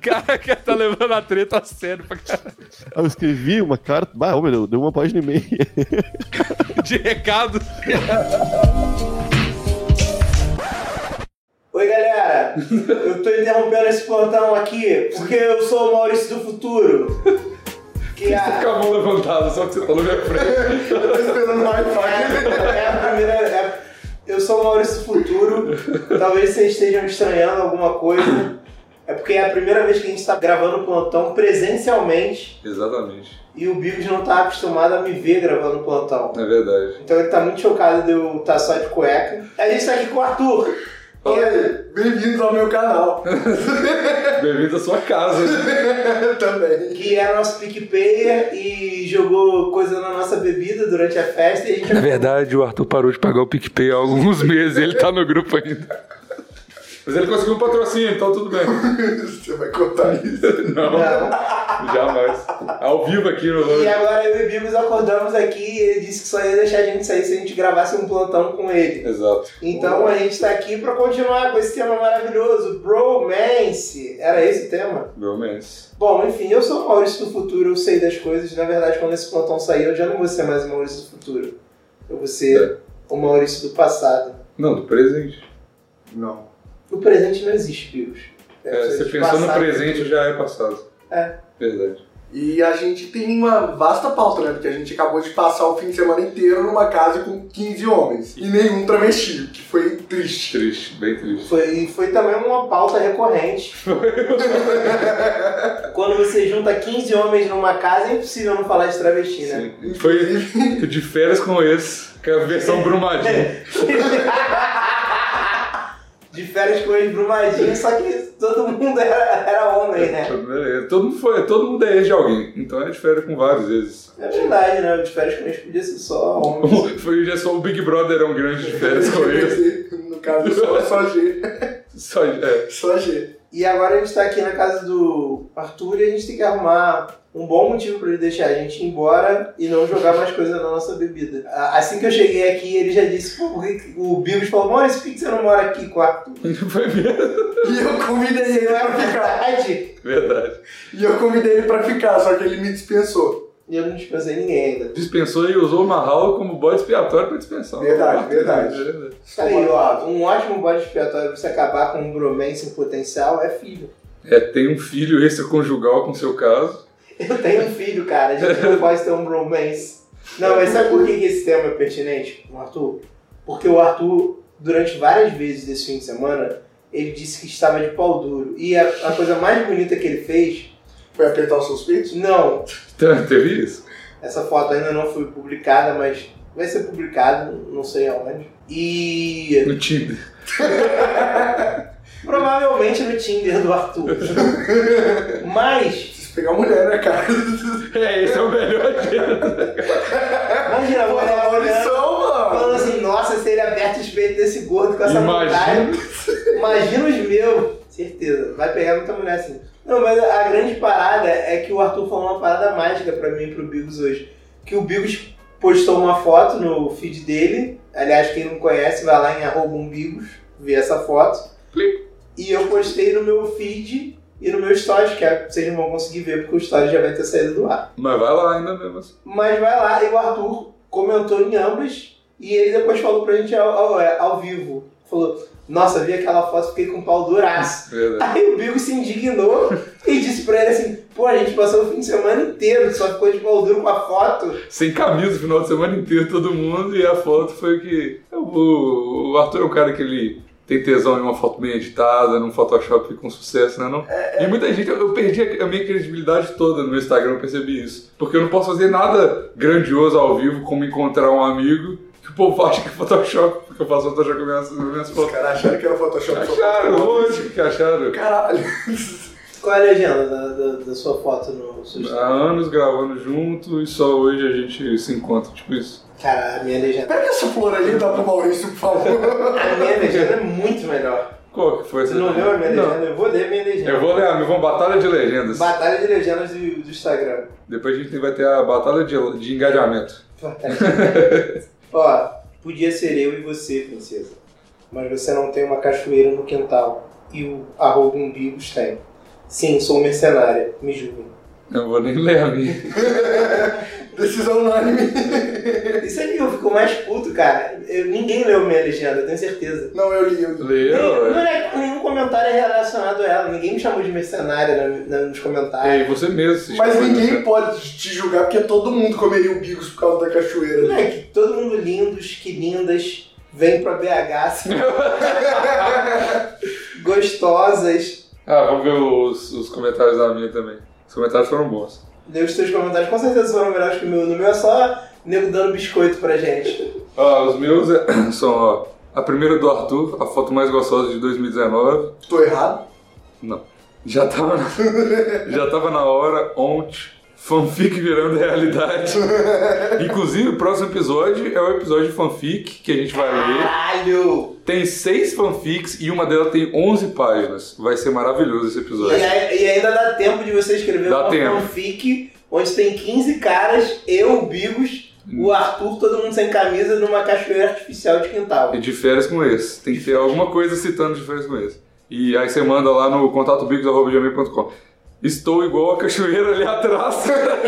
Speaker 1: Caraca, tá levando a treta a sério pra caralho.
Speaker 3: Eu escrevi uma carta. Bah, ô, meu, Deus, deu uma página e meia.
Speaker 1: De recado.
Speaker 4: Oi galera, eu tô interrompendo esse plantão aqui porque eu sou o Maurício do Futuro. Que a,
Speaker 1: Com a mão levantada, só que você tá na minha frente.
Speaker 4: é a primeira. é- eu sou o Maurício do Futuro. Talvez vocês estejam estranhando alguma coisa. É porque é a primeira vez que a gente tá gravando o plantão presencialmente
Speaker 7: Exatamente.
Speaker 4: e o Bigos não tá acostumado a me ver gravando o plantão.
Speaker 7: É verdade.
Speaker 4: Então ele tá muito chocado de eu estar só de cueca. A gente tá aqui com o Arthur. é E aí?
Speaker 8: Bem-vindos ao meu canal
Speaker 7: Bem-vindo à sua casa.
Speaker 8: também.
Speaker 4: que era nosso PicPayer e jogou coisa na nossa bebida durante a festa e a gente
Speaker 7: Na verdade, o Arthur parou de pagar o PicPay há alguns meses ele tá no grupo ainda. Mas ele conseguiu um patrocínio, então tudo bem.
Speaker 8: Você vai contar isso.
Speaker 7: Não, jamais. Ao vivo aqui no
Speaker 4: E agora eu e o Bigos acordamos aqui e ele disse que só ia deixar a gente sair se a gente gravasse um plantão com ele.
Speaker 7: Exato.
Speaker 4: Então a gente tá aqui pra continuar com esse tema maravilhoso, Bromance. Era esse o tema?
Speaker 7: Bromance.
Speaker 4: Bom, enfim, eu sou o Maurício do Futuro, eu sei das coisas. Na verdade, quando esse plantão sair, eu já não vou ser mais o Maurício do Futuro. Eu vou
Speaker 7: É.
Speaker 4: ser o Maurício do passado.
Speaker 7: Não, do presente.
Speaker 8: Não.
Speaker 4: O presente não existe, Bigos.
Speaker 7: É, você pensou no presente já é passado.
Speaker 4: É.
Speaker 7: Verdade.
Speaker 8: E a gente tem uma vasta pauta, né? Porque a gente acabou de passar o fim de semana inteiro numa casa com 15 homens. E nenhum travesti, o que foi triste.
Speaker 7: Triste, bem triste.
Speaker 4: Foi, e foi também é uma pauta recorrente. Quando você junta 15 homens numa casa, é impossível não falar de travesti,
Speaker 5: É.
Speaker 4: né?
Speaker 7: Sim. Foi de férias com esse, que é a versão brumadinha.
Speaker 4: De férias com eles brumadinho, só que todo mundo era, era homem, né?
Speaker 7: Beleza. Todo mundo, foi, todo mundo é ex de alguém, então é de férias com vários vezes.
Speaker 4: É verdade, né? De férias com eles podia ser só homem.
Speaker 7: Foi já só o Big Brother é um grande de férias com eles.
Speaker 8: No caso, só, só G.
Speaker 7: Só, é.
Speaker 8: Só G.
Speaker 4: E agora a gente tá aqui na casa do Arthur e a gente tem que arrumar um bom motivo pra ele deixar a gente ir embora e não jogar mais coisa na nossa bebida. A- Assim que eu cheguei aqui, ele já disse, "Pô, por que que-" o Bigos falou, Maurício, por que que você não mora aqui com o Arthur?
Speaker 7: Foi mesmo.
Speaker 8: E eu convidei
Speaker 4: Isso
Speaker 8: ele
Speaker 4: não é
Speaker 8: pra ficar.
Speaker 4: verdade.
Speaker 7: Verdade.
Speaker 8: E eu convidei ele pra ficar, só que ele me dispensou.
Speaker 4: E eu não dispensei ninguém ainda.
Speaker 7: Dispensou e usou o Mahal como bode expiatório pra dispensar.
Speaker 8: Verdade, verdade.
Speaker 4: Isso aí, ó. Um ótimo bode expiatório pra você acabar com um bromance em potencial é filho.
Speaker 7: É, tem um filho extraconjugal com seu caso.
Speaker 4: Eu tenho um filho, cara. A gente não pode ter um bromance. Não, mas sabe por que que esse tema é pertinente com o Arthur? Porque o Arthur, durante várias vezes desse fim de semana, ele disse que estava de pau duro. E a, a coisa mais bonita que ele fez...
Speaker 8: Foi apertar os seus peitos?
Speaker 4: Não,
Speaker 7: Tá, Teve isso?
Speaker 4: Essa foto ainda não foi publicada, mas vai ser publicada, não sei aonde. E
Speaker 7: No Tinder.
Speaker 4: provavelmente no Tinder do Arthur. mas,
Speaker 8: Preciso pegar mulher, né, cara?
Speaker 7: É, esse é o melhor dia.
Speaker 4: imagina,
Speaker 8: Pô,
Speaker 4: agora
Speaker 8: na
Speaker 4: a mulher
Speaker 8: audição, mano.
Speaker 4: falando assim, nossa, se ele aperta os peitos desse gordo com essa
Speaker 7: Imagina.
Speaker 4: vontade. Imagina os meus. Certeza, vai pegar muita mulher assim. Não, mas a grande parada é que o Arthur falou uma parada mágica pra mim e pro Bigos hoje. Que o Bigos postou uma foto no feed dele. Aliás, quem não conhece, vai lá em arroba umbigos, vê essa foto. E eu postei no meu feed e no meu stories, que é- vocês não vão conseguir ver porque o stories já vai ter saído do ar.
Speaker 7: Mas vai lá ainda mesmo assim.
Speaker 4: Mas vai lá, e o Arthur comentou em ambas, e ele depois falou pra gente ao, ao- é, ao vivo. Falou, nossa, vi aquela foto, fiquei com o um pau duraço.
Speaker 7: Verdade.
Speaker 4: Aí o Bigo se indignou e disse pra ele assim, pô, a gente passou o fim de semana inteiro, só ficou de pau duro com a foto.
Speaker 1: Sem camisa o final de semana inteiro, todo mundo, e a foto foi que. O, o Arthur é um cara que ele tem tesão em uma foto bem editada, num Photoshop com sucesso, né? Não?
Speaker 4: É,
Speaker 1: E muita gente, eu eu perdi a a minha credibilidade toda no meu Instagram, eu percebi isso. Porque eu não posso fazer nada grandioso ao vivo, como encontrar um amigo, que o povo acha que é Photoshop, porque eu faço Photoshop com minhas, minhas
Speaker 8: Os
Speaker 1: fotos.
Speaker 4: é
Speaker 8: caras acharam que era Photoshop.
Speaker 1: Acharam, hoje que acharam.
Speaker 8: Caralho.
Speaker 4: Qual é a legenda da, da- da sua foto no seu
Speaker 1: Há anos gravando junto e só hoje a gente se encontra, tipo isso.
Speaker 4: Cara, a minha legenda.
Speaker 8: Pega essa flor ali e dá pro Maurício, por favor.
Speaker 4: A minha legenda é muito melhor.
Speaker 1: Qual que foi
Speaker 4: Você
Speaker 1: essa?
Speaker 4: não leu a minha
Speaker 1: Não.
Speaker 4: legenda? Eu vou ler a minha legenda.
Speaker 1: Eu vou ler, amigo, vamos Batalha de Legendas.
Speaker 4: Batalha de legendas do, do Instagram.
Speaker 1: Depois a gente vai ter a Batalha de, de Engajamento.
Speaker 4: Batalha de legendas. Ó, podia ser eu e você, princesa. Mas você não tem uma cachoeira no quintal. E o arroba umbigos tem. Sim, sou mercenária. Me julguem.
Speaker 1: Eu não vou nem ler a minha.
Speaker 8: Decisão unânime.
Speaker 4: Isso aí eu fico mais puto, cara. Eu- ninguém leu minha legenda, eu tenho certeza.
Speaker 8: Não, eu li, eu li.
Speaker 1: Leu?
Speaker 4: Nenhum,
Speaker 1: é.
Speaker 4: nenhum comentário é relacionado a ela. Ninguém me chamou de mercenária na- na- nos comentários.
Speaker 1: É, e você mesmo. se
Speaker 8: Mas
Speaker 1: escreveu,
Speaker 8: ninguém
Speaker 1: né?
Speaker 8: pode te julgar porque todo mundo comeria o Bigos por causa da cachoeira. né?
Speaker 4: Moleque, todo mundo lindos, que lindas, vem pra BH, assim, gostosas.
Speaker 1: Ah, vamos ver os, os comentários da minha também. Os comentários foram bons.
Speaker 4: Deu os teus comentários, com certeza foram melhores que o meu. No meu é só nego dando biscoito pra gente.
Speaker 1: Ó, os meus é- são, ó, a primeira do Arthur, a foto mais gostosa de 2019.
Speaker 8: Tô errado?
Speaker 1: Não. Já tava na, já tava na hora, ontem. Fanfic virando realidade. Inclusive, o próximo episódio é o episódio de fanfic que a gente vai ler.
Speaker 4: Caralho!
Speaker 1: Tem seis fanfics e uma delas tem 11 páginas. Vai ser maravilhoso esse
Speaker 4: E,
Speaker 1: episódio.
Speaker 4: aí- e ainda dá tempo de você escrever
Speaker 1: Dá
Speaker 4: uma
Speaker 1: tempo.
Speaker 4: fanfic onde tem 15 caras, eu, o Bigos, o Arthur, todo mundo sem camisa, numa cachoeira artificial de quintal.
Speaker 1: E de férias com esse. Tem que ter alguma coisa citando de férias com esse. E aí você manda lá no contatobigos.com. Estou igual a cachoeira ali atrás.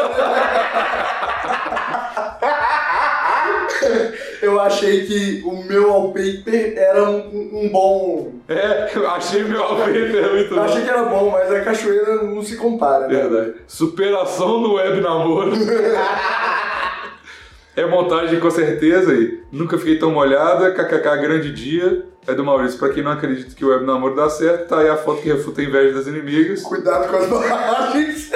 Speaker 8: Eu achei que o meu wallpaper era um, um bom.
Speaker 1: é, eu achei meu alpeter muito
Speaker 8: Eu achei
Speaker 1: bom.
Speaker 8: que era bom, mas a cachoeira não se compara, né?
Speaker 1: Verdade. Superação no web namoro. É montagem com certeza e nunca fiquei tão molhada, kkk grande dia. É do Maurício, pra quem não acredita que o web namoro dá certo, tá aí a foto que refuta a inveja das inimigas.
Speaker 8: Cuidado com as barragens.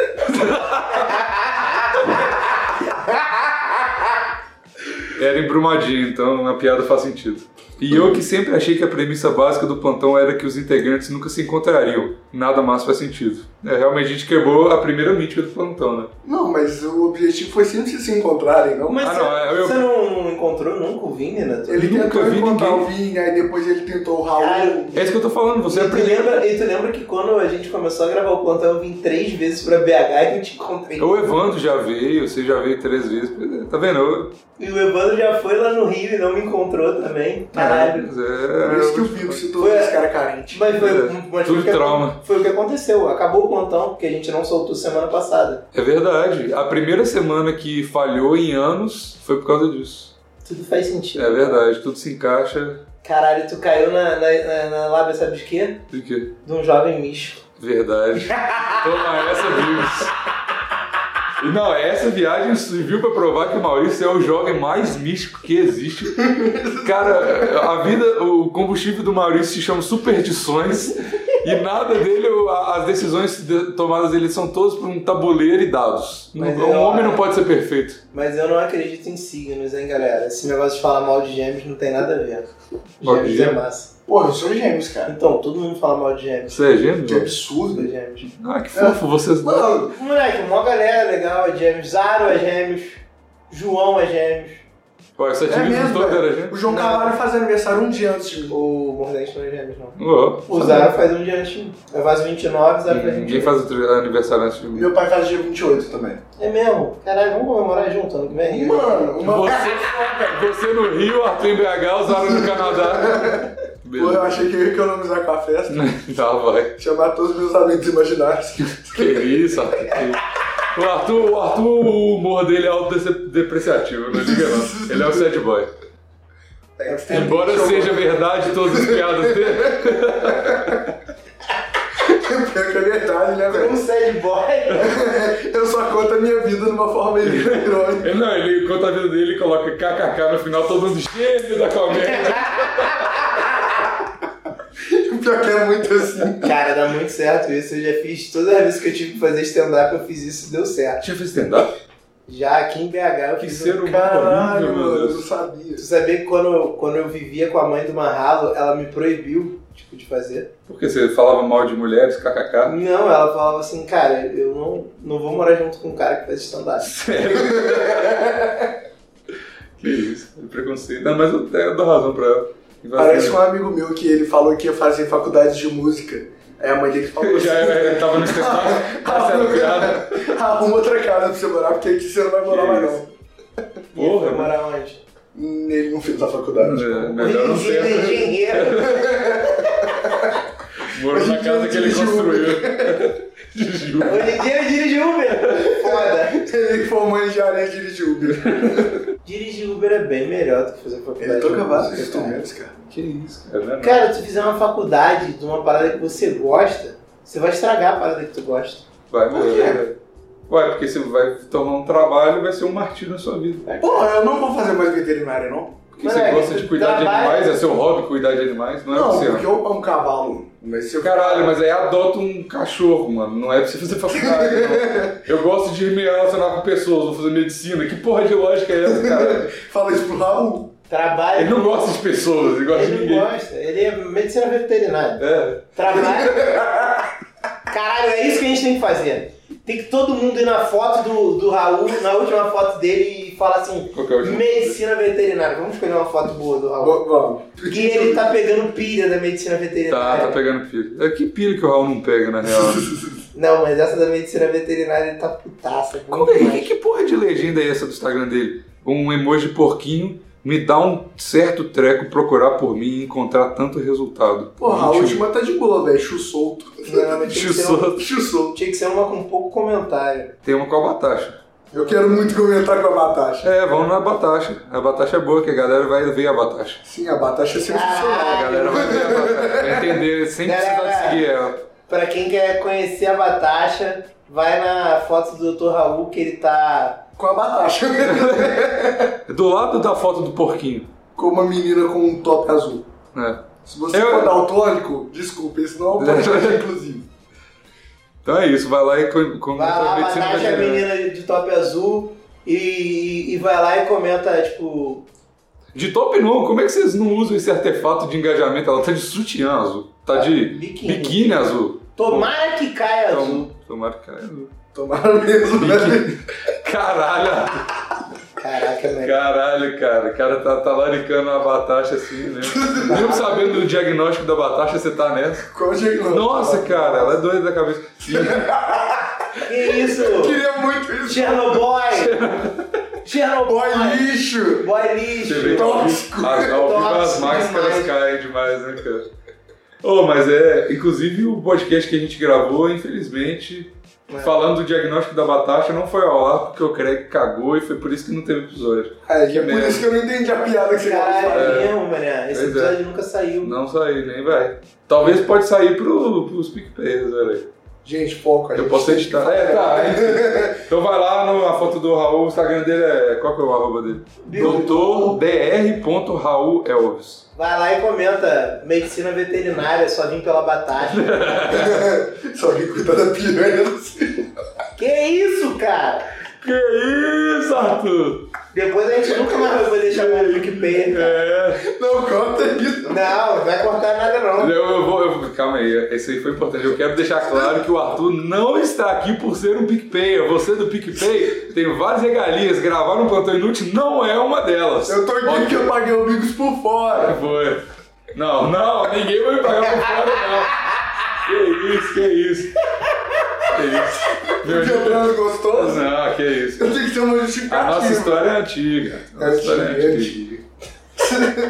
Speaker 1: Era em Brumadinho, então a piada faz sentido. E eu que sempre achei que a premissa básica do plantão era que os integrantes nunca se encontrariam. Nada mais faz sentido. É, realmente a gente quebrou a primeira mítica do plantão, né?
Speaker 8: Não, mas o objetivo foi sempre se encontrarem, não?
Speaker 4: Mas
Speaker 1: Ah,
Speaker 4: você,
Speaker 1: não, eu-
Speaker 4: você não, não encontrou nunca o Vini né, na tua
Speaker 8: Ele
Speaker 1: Nunca
Speaker 8: tentou
Speaker 1: vi
Speaker 8: encontrar
Speaker 1: ninguém.
Speaker 8: o Vini, aí depois ele tentou o Raul.
Speaker 4: Caralho.
Speaker 1: É isso que eu tô falando, você é a
Speaker 4: E tu,
Speaker 1: primeira.
Speaker 4: lembra, e tu lembra que quando a gente começou a gravar o plantão, eu vim três vezes pra BH e não te encontrei.
Speaker 1: O Evandro já veio, você já veio três vezes. Tá vendo? Eu-
Speaker 4: E o Evandro já foi lá no Rio e não me encontrou também. Caralho.
Speaker 1: Mas
Speaker 8: Por isso que o
Speaker 1: É...
Speaker 8: Vigo se tornou esse cara carente.
Speaker 4: Mas foi, um,
Speaker 1: Verdade.
Speaker 4: mas
Speaker 1: Tudo
Speaker 4: foi o que-
Speaker 1: trauma.
Speaker 4: foi o que aconteceu. Acabou o plantão, porque a gente não soltou semana passada.
Speaker 1: é verdade. A primeira semana que falhou em anos foi por causa disso.
Speaker 4: Tudo faz sentido.
Speaker 1: É verdade, tudo se encaixa.
Speaker 4: Caralho, tu caiu na, na, na, na lábia, sabe de quê?
Speaker 1: De quê?
Speaker 4: De um jovem místico.
Speaker 1: Verdade. Toma essa, Bigos. E não, essa viagem serviu pra provar que o Maurício é o jovem mais místico que existe. Cara, a vida, o combustível do Maurício se chama superstições e nada dele, o- a- as decisões de- tomadas dele são todas por um tabuleiro e dados. Um,
Speaker 4: Mas é
Speaker 1: um homem
Speaker 4: hora.
Speaker 1: não pode ser perfeito.
Speaker 4: Mas eu não acredito em signos, hein, galera. Esse negócio de falar mal de gêmeos não tem nada a ver.
Speaker 1: Mal de
Speaker 4: Gêmeos é
Speaker 1: gêmeos?
Speaker 4: massa.
Speaker 8: Porra, eu sou gêmeos, cara.
Speaker 4: Então, todo mundo fala mal de gêmeos.
Speaker 1: Você é gêmeo?
Speaker 8: Que absurdo.
Speaker 4: Sou gêmeos.
Speaker 1: Ah, que fofo, vocês dois.
Speaker 8: Mano,
Speaker 4: Moleque, uma galera legal é gêmeos. Zaro é gêmeos. João é gêmeos.
Speaker 1: Ué, essa
Speaker 8: é
Speaker 1: time
Speaker 8: mesmo,
Speaker 1: toda era
Speaker 8: velho.
Speaker 1: gêmeo?
Speaker 8: O João Carvalho faz aniversário um dia antes de mim.
Speaker 4: O Mordente não é gêmeos, não.
Speaker 1: Ó,
Speaker 4: O Zaro faz um dia antes de mim. Eu faço 29, Zaro faz
Speaker 1: Ninguém
Speaker 4: 29.
Speaker 1: faz o aniversário antes de mim.
Speaker 8: Meu pai faz dia 28 também.
Speaker 4: É mesmo? Caralho, vamos comemorar junto ano que vem?
Speaker 8: Mano, uma...
Speaker 1: Você, você no Rio, Arthur em BH, usaram no Canadá.
Speaker 8: Pô, eu achei que eu ia economizar com a festa.
Speaker 1: Tá, vai.
Speaker 8: Chamar todos os meus amigos imaginários.
Speaker 1: Que isso, Arthur. que- O Arthur, o Arthur, o humor dele é autodepreciativo, não liga não. Ele é um sad boy.
Speaker 8: É,
Speaker 1: Embora seja verdade todas as piadas dele.
Speaker 8: Pior que é verdade, né,
Speaker 4: Como um
Speaker 8: velho?
Speaker 4: sad boy.
Speaker 8: Eu só conto a minha vida de uma forma irônica.
Speaker 1: Ele, não, ele conta a vida dele e coloca kkk no final, todo mundo gênio da
Speaker 8: É
Speaker 1: comédia.
Speaker 8: Pior que é muito assim.
Speaker 4: Cara, dá muito certo isso. Eu já fiz todas as vezes que eu tive que fazer stand-up, eu fiz isso e deu certo.
Speaker 1: Já fez stand-up?
Speaker 4: Já aqui em BH eu
Speaker 1: Que
Speaker 4: fiz
Speaker 1: ser
Speaker 4: um
Speaker 1: humano
Speaker 8: Caralho,
Speaker 1: horrível,
Speaker 8: mano,
Speaker 1: meu
Speaker 8: eu não
Speaker 1: Deus.
Speaker 8: sabia.
Speaker 4: Tu sabia que quando, eu- quando eu vivia com a mãe do Marralo, ela me proibiu, tipo, de fazer?
Speaker 1: Porque você falava mal de mulheres, kkk. né?
Speaker 4: Não, ela falava assim, cara, eu não, não vou morar junto com um cara que faz stand-up.
Speaker 1: Sério? que isso, é preconceito. Não, mas eu, eu dou razão pra ela.
Speaker 8: Parece um amigo meu que ele falou que ia fazer faculdade de música. É a mãe dele que falou
Speaker 1: Já
Speaker 8: assim.
Speaker 1: é, tava no stand-up, essa era a piada.
Speaker 8: Arruma outra casa pra você morar, porque aqui você não vai morar
Speaker 1: Que
Speaker 8: mais
Speaker 1: isso.
Speaker 8: não.
Speaker 1: Porra,
Speaker 4: Vai morar onde?
Speaker 8: Hum, Ele não fez a faculdade.
Speaker 1: É, melhor não
Speaker 4: Regina
Speaker 1: ser.
Speaker 4: Engenheiro.
Speaker 1: Morou na casa que ele construiu. De Juba.
Speaker 4: Hoje em dia ele dirige Uber. Foda.
Speaker 8: Ele formou em engenharia e dirigiu Uber.
Speaker 4: Dirigir Uber é bem melhor do que fazer faculdade.
Speaker 8: Ele toca
Speaker 4: de
Speaker 8: vários
Speaker 4: música, cara.
Speaker 8: instrumentos, cara.
Speaker 1: Que isso, cara. né?
Speaker 4: Cara, se tu fizer uma faculdade de uma parada que você gosta, você vai estragar a parada que tu gosta.
Speaker 1: Vai, é,
Speaker 8: Por quê?
Speaker 1: Ué, porque você vai tomar um trabalho e vai ser um martírio na sua vida.
Speaker 8: Porra, eu não vou fazer mais veterinária, não.
Speaker 1: Porque
Speaker 4: Mas
Speaker 1: você
Speaker 4: é,
Speaker 1: gosta de cuidar de
Speaker 4: trabalho-
Speaker 1: animais, é seu hobby cuidar de animais, não é
Speaker 8: Não,
Speaker 1: você.
Speaker 8: porque eu amo cavalo. Mas se eu...
Speaker 1: Caralho, mas aí adota um cachorro, mano. Não é pra você fazer faculdade, não. Eu gosto de me relacionar com pessoas, vou fazer medicina. Que porra de lógica é essa, cara?
Speaker 8: Fala isso pro Raul.
Speaker 1: Ele
Speaker 4: Trabalha.
Speaker 1: não gosta de pessoas, ele gosta de
Speaker 4: Ele
Speaker 1: ninguém.
Speaker 4: não gosta. Ele é medicina veterinária.
Speaker 1: É.
Speaker 4: Trabalha. Caralho, é isso que a gente tem que fazer. Tem que todo mundo ir na foto do, do Raul, na última foto dele, e falar assim:
Speaker 1: Qual que é a última?
Speaker 4: medicina veterinária. Vamos escolher uma foto boa do Raul.
Speaker 8: Tá Vamos.
Speaker 4: E ele tá pegando pilha da medicina
Speaker 1: Tá,
Speaker 4: veterinária.
Speaker 1: tá pegando pilha. É, que pilha que o Raul não pega, na real.
Speaker 4: Não, mas essa da medicina veterinária ele tá putaça.
Speaker 1: Como é? Que, que porra de legenda é essa do Instagram dele? Um emoji de porquinho me dá um certo treco procurar por mim e encontrar tanto resultado.
Speaker 8: Porra, a
Speaker 1: Gente,
Speaker 8: última tá de boa, velho. Chu solto.
Speaker 4: Não, mas tinha que ser uma-
Speaker 8: Chu solto.
Speaker 4: tinha que ser uma com pouco comentário.
Speaker 1: Tem uma com a Batasha.
Speaker 8: Eu quero muito comentar com a Batasha.
Speaker 1: É, vamos na Batasha. A Batasha é boa, que a galera vai ver a Batasha.
Speaker 8: Sim, a Batasha é
Speaker 1: A
Speaker 8: sensacional.
Speaker 1: galera vai ver a Batasha. Vai entender sem precisar de seguir ela.
Speaker 4: Pra quem quer conhecer a Batasha, vai na foto do Dr. Raul que ele tá.
Speaker 8: Com a Batasha.
Speaker 1: É Do lado da foto do porquinho.
Speaker 8: com uma menina com um top azul.
Speaker 1: né?
Speaker 8: Se você
Speaker 1: Eu-
Speaker 8: for daltônico, desculpa, esse não é um podcast, inclusive.
Speaker 1: Então é isso, vai lá e com-
Speaker 4: Vai
Speaker 1: comenta
Speaker 4: lá,
Speaker 1: a medicina
Speaker 4: Batasha é a
Speaker 1: veterinária.
Speaker 4: menina de top azul e, e vai lá e comenta, tipo.
Speaker 1: De top não, como é que vocês não usam esse artefato de engajamento? Ela tá de sutiã azul, tá de
Speaker 4: Biquíni.
Speaker 1: biquíni azul.
Speaker 4: Tomara que caia azul.
Speaker 1: Então, tomara que caia azul.
Speaker 8: Tomara mesmo, né?
Speaker 1: Caralho,
Speaker 4: Caraca, velho.
Speaker 1: caralho, cara. O cara tá, tá laricando a batata assim, né? Mesmo sabendo do diagnóstico da batata, você tá nessa.
Speaker 8: Qual o diagnóstico?
Speaker 1: Nossa, cara, ela é doida da cabeça. E-
Speaker 4: Que isso?
Speaker 8: Queria muito isso.
Speaker 4: Chernobyl!
Speaker 8: Boy
Speaker 4: Chernobyl!
Speaker 8: lixo.
Speaker 4: Boy
Speaker 1: Você vê
Speaker 4: lixo!
Speaker 1: que ao vivo- Ao ao vivo Ah, as
Speaker 4: Tóxico
Speaker 1: máscaras
Speaker 4: demais.
Speaker 1: caem demais, né, cara? Ô, mas é, inclusive o podcast que a gente gravou, infelizmente, falando do diagnóstico da batata, não foi ao ar porque o Craig cagou e foi por isso que não teve episódio.
Speaker 8: É, e é por
Speaker 1: merda.
Speaker 8: isso que eu não entendi a piada que você acabou de
Speaker 4: Caralho,
Speaker 8: falar.
Speaker 4: é mesmo, mané.
Speaker 1: né? Pois é.
Speaker 4: Esse episódio nunca saiu.
Speaker 1: Não saiu, nem vai. Talvez pode sair pro, pros PicPayers, velho.
Speaker 8: Gente, foco aí.
Speaker 1: Eu posso editar. É, tá. enfim. Então vai lá no, a foto do Raul, o Instagram dele é. Qual que é o arroba dele? Dr.dr.raulelves.
Speaker 4: Vai lá e comenta medicina veterinária, só vim pela batata.
Speaker 8: Só que cuida da piranha.
Speaker 4: que isso, cara?
Speaker 1: Que isso, Arthur?
Speaker 4: Depois a gente nunca mais vai poder chamar de PicPay. cara.
Speaker 1: É.
Speaker 8: Não, corta isso.
Speaker 4: Não, não vai cortar nada não.
Speaker 1: Eu, eu vou. eu- calma aí, esse aí foi importante. Eu quero deixar claro que o Arthur não está aqui por ser um PicPayer. Você do PicPay tem várias regalias. Gravar um plantão inútil não é uma delas.
Speaker 8: Eu tô aqui que eu paguei o Bigos por fora.
Speaker 1: Foi. Não, não, ninguém vai me pagar por fora, não. Que isso, que isso. Que isso. Meu
Speaker 8: Que
Speaker 1: Deus.
Speaker 8: plano gostoso.
Speaker 1: Não, que isso.
Speaker 8: Eu tenho que ter uma
Speaker 1: A
Speaker 8: justificativa.
Speaker 1: nossa história é antiga. A
Speaker 8: É
Speaker 1: nossa história é antiga.
Speaker 8: antiga.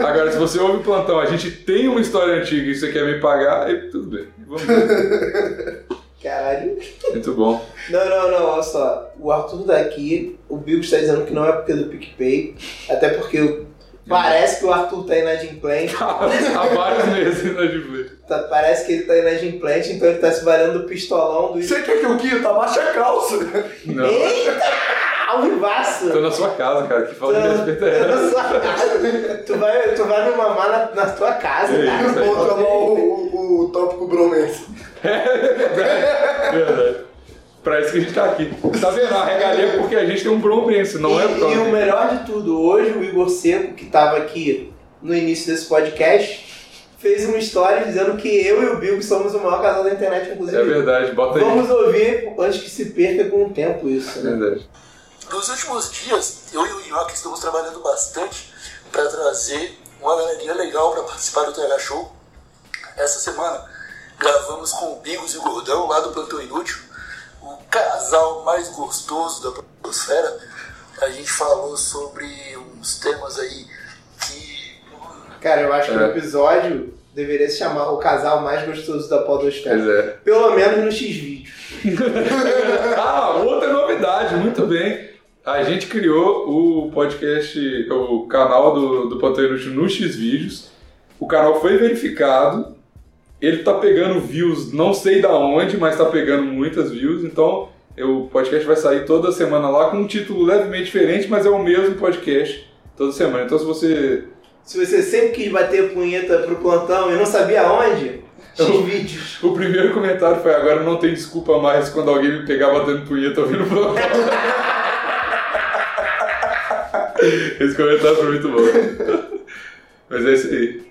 Speaker 1: Agora, se você ouve o plantão, a gente tem uma história antiga e você quer me pagar, aí tudo bem. Vamos ver.
Speaker 4: Caralho.
Speaker 1: Muito bom.
Speaker 4: Não, não, não, olha tá só. O Arthur daqui, o Bill está dizendo que não é porque é do PicPay, até porque o Parece que o Arthur tá inadimplente.
Speaker 1: Há vários meses né, na Juve.
Speaker 4: Tá- parece que ele tá inadimplente, então ele tá se valendo do pistolão do.
Speaker 8: Você quer que eu quita? Abaixa a calça.
Speaker 1: Não.
Speaker 4: Eita! Ao vivaço!
Speaker 1: Tô na sua casa, cara, que falta de
Speaker 4: Então.
Speaker 1: respeito é
Speaker 4: Tô
Speaker 1: essa?
Speaker 4: na sua casa. Tu vai, tu vai me mamar na, na tua casa,
Speaker 1: É
Speaker 4: cara. um-
Speaker 1: isso aí.
Speaker 8: Vou tomar o, o, o tópico bromance.
Speaker 1: é Verdade. Pra isso que a gente tá aqui. Tá vendo? A regalia é porque a gente tem um brombense, não é
Speaker 4: e, um
Speaker 1: por
Speaker 4: e o
Speaker 1: causa
Speaker 4: melhor de tudo, hoje o Igor Seco, que tava aqui no início desse podcast, fez uma história dizendo que eu e o Bilbo somos o maior casal da internet, inclusive.
Speaker 1: É verdade, bota aí. É
Speaker 4: Vamos ouvir antes que se perca com o tempo isso, né?
Speaker 1: Verdade.
Speaker 9: Nos últimos dias, eu e o Nhoque estamos trabalhando bastante para trazer uma galerinha legal para participar do TH Show. Essa semana gravamos com o Bigos e o Gordão lá do Plantão Inútil, o casal mais gostoso da atmosfera. A gente falou sobre uns temas aí que.
Speaker 4: Cara, eu acho que
Speaker 1: É.
Speaker 4: o episódio deveria se chamar O Casal Mais Gostoso da
Speaker 1: Pois
Speaker 4: Podosfera.
Speaker 1: é.
Speaker 4: Pelo menos no X-Vídeo.
Speaker 1: Ah, outra novidade, muito bem. A gente criou o podcast, o canal do, do Plantão Inútil no Xvideos. O canal foi verificado. Ele tá pegando views, não sei da onde, mas tá pegando muitas views. Então, eu- o podcast vai sair toda semana lá com um título levemente diferente, mas é o mesmo podcast toda semana. Então, se você
Speaker 4: Se você sempre quis bater punheta pro plantão e não sabia onde, X-Vídeos.
Speaker 1: O primeiro comentário foi: agora não tem desculpa mais quando alguém me pegar batendo punheta ouvindo plantão. Esse comentário foi muito bom. Mas é isso aí.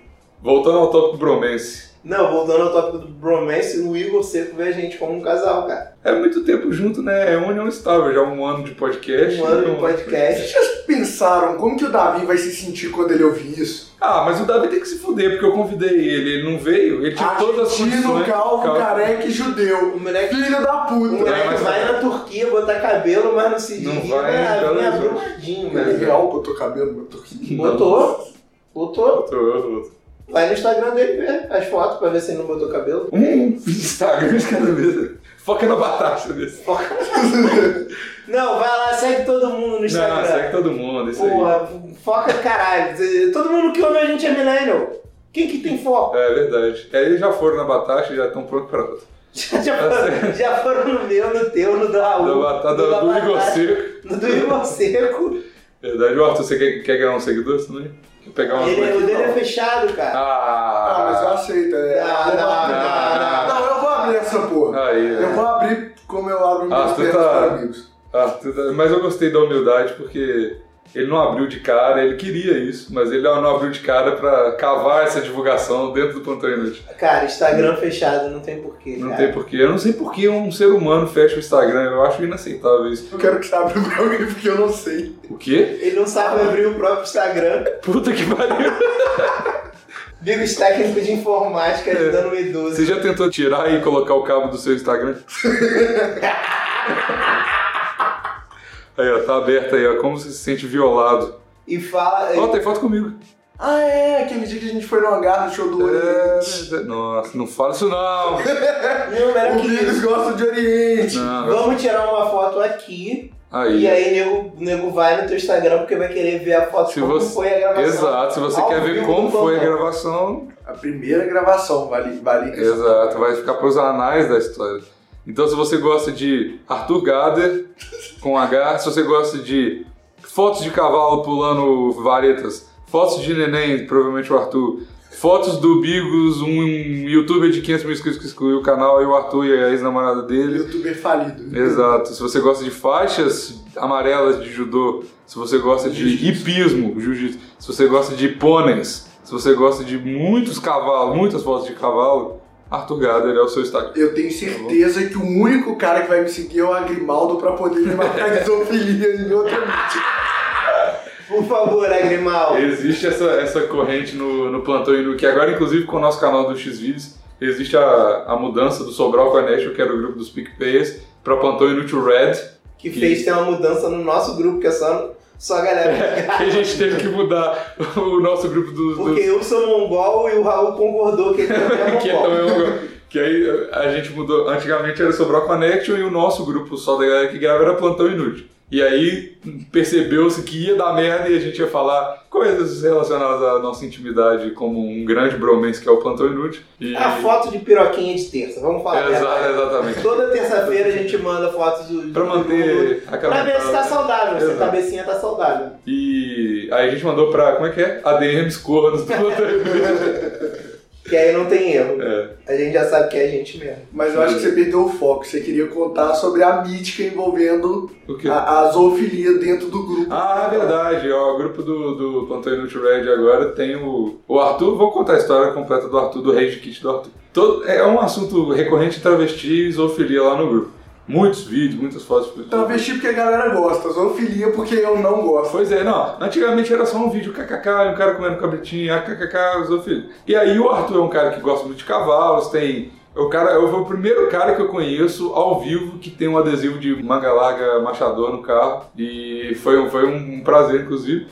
Speaker 1: Voltando ao tópico bromance.
Speaker 4: Não, voltando ao tópico do bromance, o Igor Seco vê a gente como um casal, cara.
Speaker 1: É muito tempo junto, né? É uma união estável, já um ano de podcast.
Speaker 4: Um ano de
Speaker 8: Vocês
Speaker 4: podcast.
Speaker 8: já pensaram como que o Davi vai se sentir quando ele ouvir isso?
Speaker 1: Ah, mas o Davi tem que se fuder, porque eu convidei ele, ele não veio, ele tinha todas as
Speaker 8: Argentino,
Speaker 1: condições.
Speaker 8: calvo, careca e
Speaker 4: O
Speaker 8: judeu.
Speaker 4: moleque,
Speaker 8: Filho da
Speaker 4: o
Speaker 8: puta.
Speaker 4: moleque
Speaker 1: É, mas-
Speaker 4: vai na Turquia botar cabelo, mas não se
Speaker 1: Não
Speaker 4: divina,
Speaker 1: vai, então,
Speaker 4: vem um
Speaker 1: mas-
Speaker 4: abrumadinho,
Speaker 8: É
Speaker 4: velho.
Speaker 8: real que eu tô cabelo, meu tô
Speaker 4: Botou. Botou.
Speaker 1: Tô-
Speaker 4: Vai no Instagram dele ver as fotos pra ver se ele não botou cabelo.
Speaker 1: Um Instagram de cada vez. Foca na batata né? desse.
Speaker 4: Não, vai lá, segue todo mundo no Instagram.
Speaker 1: Não, segue todo mundo, isso aí.
Speaker 4: Porra, foca caralho. Todo mundo que ouve a gente é millennial. Quem que tem foco?
Speaker 1: É verdade. E aí eles já foram na batata e já estão prontos para outra.
Speaker 4: Já, foram, já foram no meu, no teu, no do Raul.
Speaker 1: Da batata
Speaker 4: no da
Speaker 1: do Igor
Speaker 4: batata,
Speaker 1: Seco.
Speaker 4: No do Igor Seco.
Speaker 1: Verdade. Ô, Arthur, você quer, quer ganhar um seguidor também? Quer pegar uma
Speaker 4: Ele, o
Speaker 1: coisa?
Speaker 4: dele é fechado, cara.
Speaker 1: Ah,
Speaker 8: Ah, mas eu aceito. É...
Speaker 4: Não, não,
Speaker 1: não,
Speaker 8: não, eu vou abrir essa porra.
Speaker 1: Aí,
Speaker 8: Eu
Speaker 1: é.
Speaker 8: vou abrir como eu abro meus
Speaker 1: Ah, você
Speaker 8: termos
Speaker 1: tá-
Speaker 8: para amigos.
Speaker 1: Arthur, tá- mas eu gostei da humildade porque ele não abriu de cara, ele queria isso, mas ele não abriu de cara para cavar essa divulgação dentro do Plantão Inútil.
Speaker 4: Cara, Instagram fechado, não tem porquê.
Speaker 1: Não
Speaker 4: cara.
Speaker 1: tem porquê. Eu não sei por que um ser humano fecha o Instagram, eu acho inaceitável isso.
Speaker 8: Eu quero que você abra pra mim porque eu não sei.
Speaker 1: O quê?
Speaker 4: Ele não sabe abrir o próprio Instagram.
Speaker 1: Puta que pariu!
Speaker 4: Bigos técnico de informática
Speaker 1: É.
Speaker 4: ajudando o idoso.
Speaker 1: Você já tentou tirar e colocar o cabo do seu Instagram? aí, ó, tá aberto aí, ó. Como você se sente violado.
Speaker 4: E fala.
Speaker 1: Ó, tem foto comigo.
Speaker 8: Ah, é, aquele dia que a gente foi no hangar no show do
Speaker 1: É,
Speaker 8: Oriente.
Speaker 1: verdade. nossa, não fala isso não. tá-
Speaker 4: Não, melhor
Speaker 1: um
Speaker 8: O
Speaker 4: que isso.
Speaker 8: Bigos gosta de Oriente.
Speaker 1: não.
Speaker 4: Vamos tirar uma foto aqui.
Speaker 1: Aí.
Speaker 4: E aí, nego, nego vai no teu Instagram porque vai querer ver a foto
Speaker 1: Se
Speaker 4: como
Speaker 1: você-
Speaker 4: foi a gravação.
Speaker 1: Exato, se você
Speaker 4: Ao
Speaker 1: quer ver
Speaker 4: vivo então, né?
Speaker 1: como
Speaker 4: do
Speaker 1: foi a
Speaker 4: plantão.
Speaker 1: gravação,
Speaker 8: A primeira gravação, vale, vale
Speaker 1: exato, vai ficar pros anais da história. Então, se você gosta de Arthur Gader com H, se você gosta de fotos de cavalo pulando varetas, fotos de neném, provavelmente o Arthur, fotos do Bigos, um, youtuber de 500 mil inscritos que excluiu o canal, e o Arthur e a ex-namorada dele.
Speaker 8: Youtuber falido.
Speaker 1: Exato. Se você gosta de faixas amarelas de judô, se você gosta de hipismo, jiu-jitsu, se você gosta de pôneis, se você gosta de muitos cavalos, muitas fotos de cavalo, Arthur Gader é o seu Instagram.
Speaker 8: Eu tenho certeza que o único cara que vai me seguir é o Agrimaldo pra poder me matar de zoofilia em outra mídia.
Speaker 4: Por favor, Agrimal.
Speaker 1: Existe essa, essa corrente no, no plantão Inu, que agora, inclusive, com o nosso canal do Xvideos, existe a, a mudança do Sobral com a National, que era o grupo dos PicPayers, para plantão inútil Red,
Speaker 4: Que fez ter uma mudança no nosso grupo, que é só, só a galera.
Speaker 1: que a gente teve que mudar o nosso grupo dos. dos-
Speaker 4: Porque eu sou mongol e o Raul concordou que ele também é mongol.
Speaker 1: que, é também um- que aí a gente mudou. Antigamente era Sobral Connection e o nosso grupo só da galera que grava era Plantão Inútil. E E aí percebeu-se que ia dar merda e a gente ia falar coisas relacionadas à nossa intimidade como um grande bromance que é o Plantão Inútil. E...
Speaker 4: É né, a foto de piroquinha de terça, vamos falar. a
Speaker 1: Exa-
Speaker 4: verdade.
Speaker 1: exatamente.
Speaker 4: Toda terça-feira a gente manda fotos do.
Speaker 1: Pra
Speaker 4: do-
Speaker 1: manter a
Speaker 4: Pra ver se tá
Speaker 1: cabeça-
Speaker 4: saudável, se a
Speaker 1: Exato.
Speaker 4: cabecinha tá saudável.
Speaker 1: E aí a gente mandou pra, como é que é? ADMs cornos do Plantão Inútil.
Speaker 4: Que aí não tem erro.
Speaker 1: É.
Speaker 4: A gente já sabe que é a gente mesmo.
Speaker 8: Mas eu acho que você perdeu o foco. Você queria contar sobre a mítica envolvendo
Speaker 1: O
Speaker 4: Ah,
Speaker 1: quê?
Speaker 8: a, a zoofilia dentro do grupo.
Speaker 1: Ah, é verdade. Ó, o grupo do, do Plantão Inútil Red agora tem o. O Arthur, vou contar a história completa do Arthur, do Rage Kit do Arthur. Todo, é um assunto recorrente travesti e zoofilia lá no grupo. Muitos vídeos, muitas fotos.
Speaker 8: Travesti porque a galera gosta, zoofilia porque eu não gosto.
Speaker 1: Pois é, não. Antigamente era só um vídeo kkk, um cara comendo cabritinho, ah, kkk, zoofilia. E aí o Arthur é um cara que gosta muito de cavalos, tem. é O cara, eu fui o primeiro cara que eu conheço ao vivo que tem um adesivo de manga larga machador no carro. E foi, um- foi um prazer, inclusive.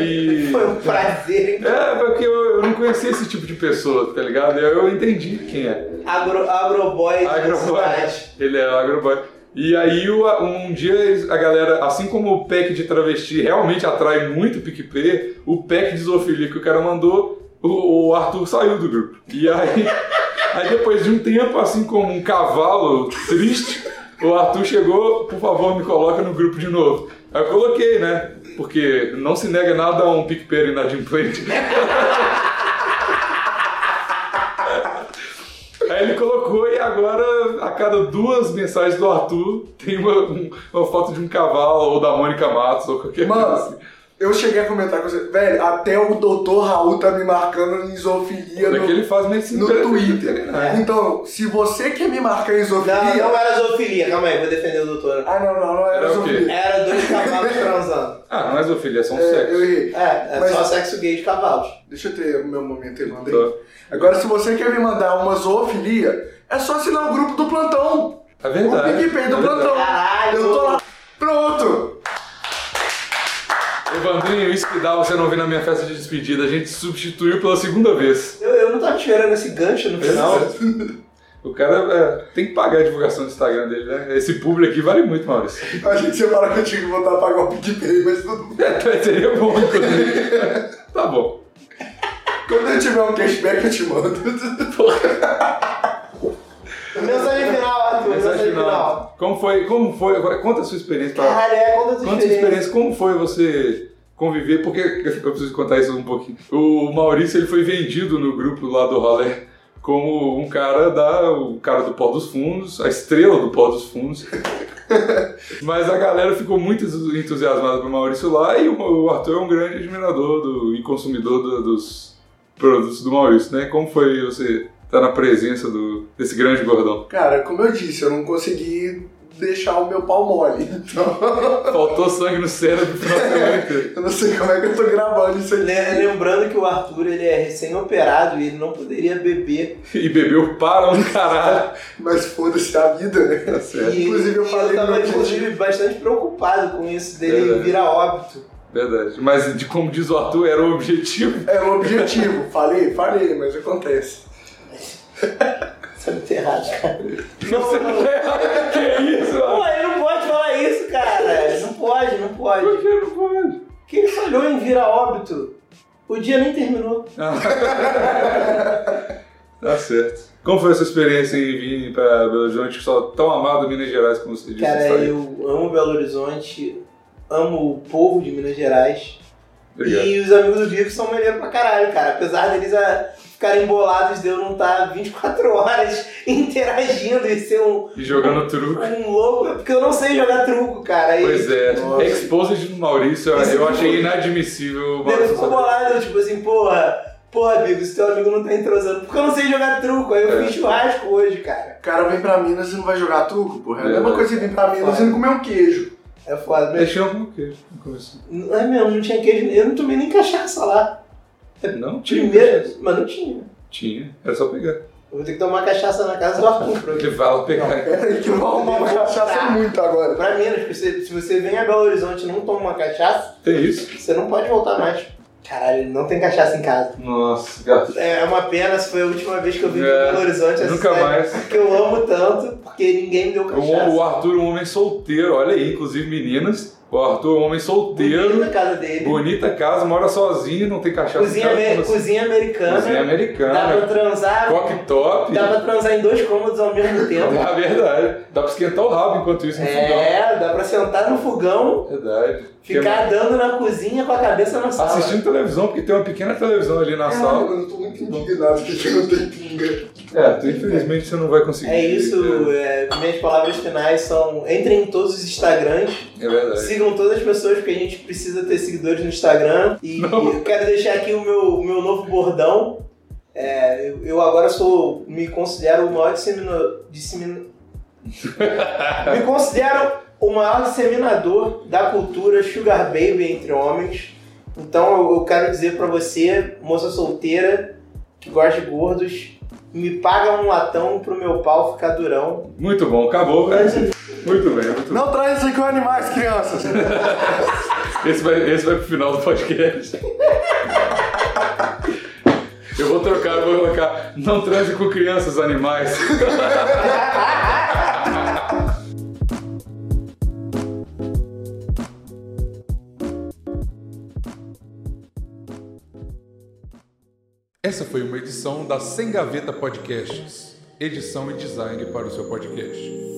Speaker 1: E...
Speaker 4: Foi um prazer.
Speaker 1: É, porque eu, eu não conhecia esse tipo de pessoa, tá ligado? Eu, eu entendi quem é.
Speaker 4: Agro, agroboy da
Speaker 1: Agroboy.
Speaker 4: cidade.
Speaker 1: Ele é agroboy. E aí o- um dia eles- a galera, assim como o pack de travesti realmente atrai muito PicPay, o pack de zoofilia que o cara mandou, o, o Arthur saiu do grupo. E aí, aí depois de um tempo, assim como um cavalo triste, o Arthur chegou, por favor me coloca no grupo de novo. Aí eu coloquei, né? Porque não se nega nada a um PicPay inadimplente. Aí ele colocou e agora a cada duas mensagens do Arthur tem uma, um- uma foto de um cavalo ou da Mônica Matos ou qualquer coisa assim.
Speaker 8: Mano, eu cheguei a comentar com você, velho, até o doutor Raul tá me marcando em zoofilia
Speaker 1: É que ele
Speaker 8: no,
Speaker 1: faz medicina
Speaker 8: no
Speaker 1: inteligente,
Speaker 8: Twitter.
Speaker 1: né?
Speaker 8: Então, se você quer me marcar em
Speaker 4: Não,
Speaker 8: zoofilia.
Speaker 4: não é. era zoofilia, calma aí, vou defender o doutor.
Speaker 8: Ah, não, não, não era
Speaker 1: Era o quê?
Speaker 8: zoofilia.
Speaker 4: Era dois cavalos transando.
Speaker 1: Ah, não é zoofilia, é só um
Speaker 8: É, eu
Speaker 1: sexo.
Speaker 8: errei.
Speaker 4: É, é
Speaker 8: Mas-
Speaker 4: só sexo gay de cavalos.
Speaker 8: Deixa eu ter o meu momento aí, mandei.
Speaker 1: Tá.
Speaker 8: Agora, se você quer me mandar uma zoofilia, é só assinar o grupo do plantão.
Speaker 1: É
Speaker 8: O
Speaker 1: verdade.
Speaker 8: PicPay
Speaker 1: é
Speaker 8: do
Speaker 1: verdade.
Speaker 8: plantão.
Speaker 4: Caralho.
Speaker 8: Eu tô lá. Pronto!
Speaker 1: Evandrinho, isso que dá você não vir na minha festa de despedida, a gente substituiu pela segunda vez.
Speaker 4: Eu, eu não tava esperando esse gancho no final.
Speaker 1: O cara é, tem que pagar a divulgação do Instagram dele, né? Esse público aqui vale muito, Maurício.
Speaker 8: A gente separa que eu tinha que voltar a pagar o PicPay, mas tudo bem.
Speaker 1: É, Seria bom, inclusive. Tá bom.
Speaker 8: Quando eu tiver um cashback, eu te mando.
Speaker 4: Mensagem final, Arthur. Mensagem
Speaker 1: Mensagem
Speaker 4: final.
Speaker 1: final. Como foi? Como foi? Conta a sua experiência pra
Speaker 4: Caralho, é conta a tua
Speaker 1: Quantas experiências, como foi você conviver? Porque eu preciso contar isso um pouquinho. O Maurício ele foi vendido no grupo lá do rolê como um cara da. o cara do pó dos fundos, a estrela do pó dos fundos. Mas a galera ficou muito entusiasmada com o Maurício lá e o o Arthur é um grande admirador do- e consumidor do- dos produtos do Maurício, né? Como foi você estar na presença do- desse grande gordão?
Speaker 8: Cara, como eu disse, eu não consegui deixar o meu pau mole. Então,
Speaker 1: Faltou sangue no cérebro pro final de semana inteiro.
Speaker 8: eu não sei como é que eu tô gravando isso aí.
Speaker 4: Le- Lembrando que o Arthur ele é recém-operado e ele não poderia beber.
Speaker 1: E bebeu para um caralho.
Speaker 8: Mas foda-se a vida, né?
Speaker 4: E,
Speaker 8: Inclusive, eu
Speaker 4: e
Speaker 8: falei
Speaker 4: É, eu tava,
Speaker 8: pra gente.
Speaker 4: inclusive, bastante preocupado com isso dele
Speaker 1: Verdade.
Speaker 4: virar óbito.
Speaker 1: Verdade. Mas de como diz o Arthur, era o objetivo.
Speaker 8: Era o É, objetivo. Falei, falei, mas acontece.
Speaker 4: Tá muito errado, cara.
Speaker 1: Você não é- que isso, mano?
Speaker 4: Pô, ele não pode falar isso, cara. Não pode, não
Speaker 1: Por
Speaker 4: pode.
Speaker 1: que não pode?
Speaker 4: Que ele falhou em virar óbito. O dia nem terminou.
Speaker 1: Tá certo. Como foi a sua experiência em vir pra Belo Horizonte, que só tão amado Minas Gerais como você disse?
Speaker 4: Cara,
Speaker 1: saiu?
Speaker 4: eu amo Belo Horizonte, amo o povo de Minas Gerais.
Speaker 1: Obrigado.
Speaker 4: E os amigos do Vico são maneiros pra caralho, cara. Apesar deles ah, ficarem bolados de eu não tá estar 24 horas interagindo e ser um,
Speaker 1: E jogando truco.
Speaker 4: um louco, é porque eu não sei jogar truco, cara. E
Speaker 1: Pois é.
Speaker 4: Nossa.
Speaker 1: Exposed do Maurício, eu-
Speaker 4: Isso
Speaker 1: eu
Speaker 4: foi-
Speaker 1: achei inadmissível. o
Speaker 4: Nego
Speaker 1: Maurício
Speaker 4: ficou
Speaker 1: saber.
Speaker 4: bolado, tipo assim, porra, porra, amigo, se teu amigo não tá entrosando, porque eu não sei jogar truco. Aí eu
Speaker 1: É.
Speaker 4: fiz churrasco hoje, cara.
Speaker 8: O cara vem pra Minas e não vai jogar truco, porra. É a mesma
Speaker 1: É.
Speaker 8: coisa que vir pra Minas e não comer um queijo.
Speaker 4: É foda. Mas,
Speaker 1: Mexeu com o quê? no começo?
Speaker 4: não é mesmo, não tinha queijo. Eu não tomei nem cachaça lá.
Speaker 1: É, Não tinha.
Speaker 4: Primeiro, mas não tinha.
Speaker 1: Tinha. Era só pegar.
Speaker 4: Eu vou ter que tomar cachaça na casa do Arthur pra
Speaker 1: Ele vai lá pegar.
Speaker 8: Peraí, É que eu vou arrumar uma cachaça
Speaker 4: Tá.
Speaker 8: muito agora.
Speaker 4: né, tipo, Pra Minas, porque se, se você vem a Belo Horizonte e não toma uma cachaça,
Speaker 1: Tem isso.
Speaker 4: você não pode voltar mais. Caralho, não tem cachaça em casa.
Speaker 1: Nossa, gato.
Speaker 4: É uma pena, essa foi a última vez que eu vim
Speaker 1: É,
Speaker 4: em Belo Horizonte. essa
Speaker 1: nunca
Speaker 4: cidade
Speaker 1: mais.
Speaker 4: Que eu amo tanto, porque ninguém me deu cachaça.
Speaker 1: O, o Arthur é um homem solteiro, olha aí, inclusive meninas. O Arthur é um homem solteiro.
Speaker 4: Bonita a casa dele.
Speaker 1: Bonita casa, mora sozinho, não tem cachaça. em
Speaker 4: Cozinha,
Speaker 1: casa,
Speaker 4: amer-
Speaker 1: como assim?
Speaker 4: cozinha americana.
Speaker 1: Cozinha americana. é
Speaker 4: Dá pra transar.
Speaker 1: Coque top.
Speaker 4: Dá pra transar em dois cômodos ao mesmo tempo.
Speaker 1: É verdade. Dá pra esquentar o rabo enquanto isso no
Speaker 4: É,
Speaker 1: fogão.
Speaker 4: dá pra sentar no fogão,
Speaker 1: Verdade.
Speaker 4: ficar dando na cozinha com a cabeça na sala. É.
Speaker 1: Assistindo televisão, porque tem uma pequena televisão ali
Speaker 4: Tá
Speaker 1: na
Speaker 8: Caralho,
Speaker 1: sala.
Speaker 8: mano, eu tô muito indignado que eu não tenho pinga.
Speaker 1: É, tu, infelizmente você não vai conseguir.
Speaker 4: É isso, é, minhas palavras finais são entrem em todos os Instagrams,
Speaker 1: É verdade.
Speaker 4: sigam todas as pessoas, porque a gente precisa ter seguidores no Instagram. E eu quero deixar aqui o meu, o meu novo bordão. É, eu, eu agora sou. me considero o maior dissemino, dissemin- Me considero o maior disseminador da cultura Sugar Baby entre homens. Então eu, eu quero dizer pra você, moça solteira, que gosta de gordos, me paga um latão pro meu pau ficar durão.
Speaker 1: Muito bom, acabou. É isso. Muito bem, muito bem.
Speaker 8: Não traz isso aqui com animais, crianças.
Speaker 1: Esse vai, esse vai pro final do podcast. Eu vou trocar, eu vou colocar. Não transe com crianças, animais. Essa foi uma edição da Sem Gaveta Podcasts. Edição e design para o seu podcast.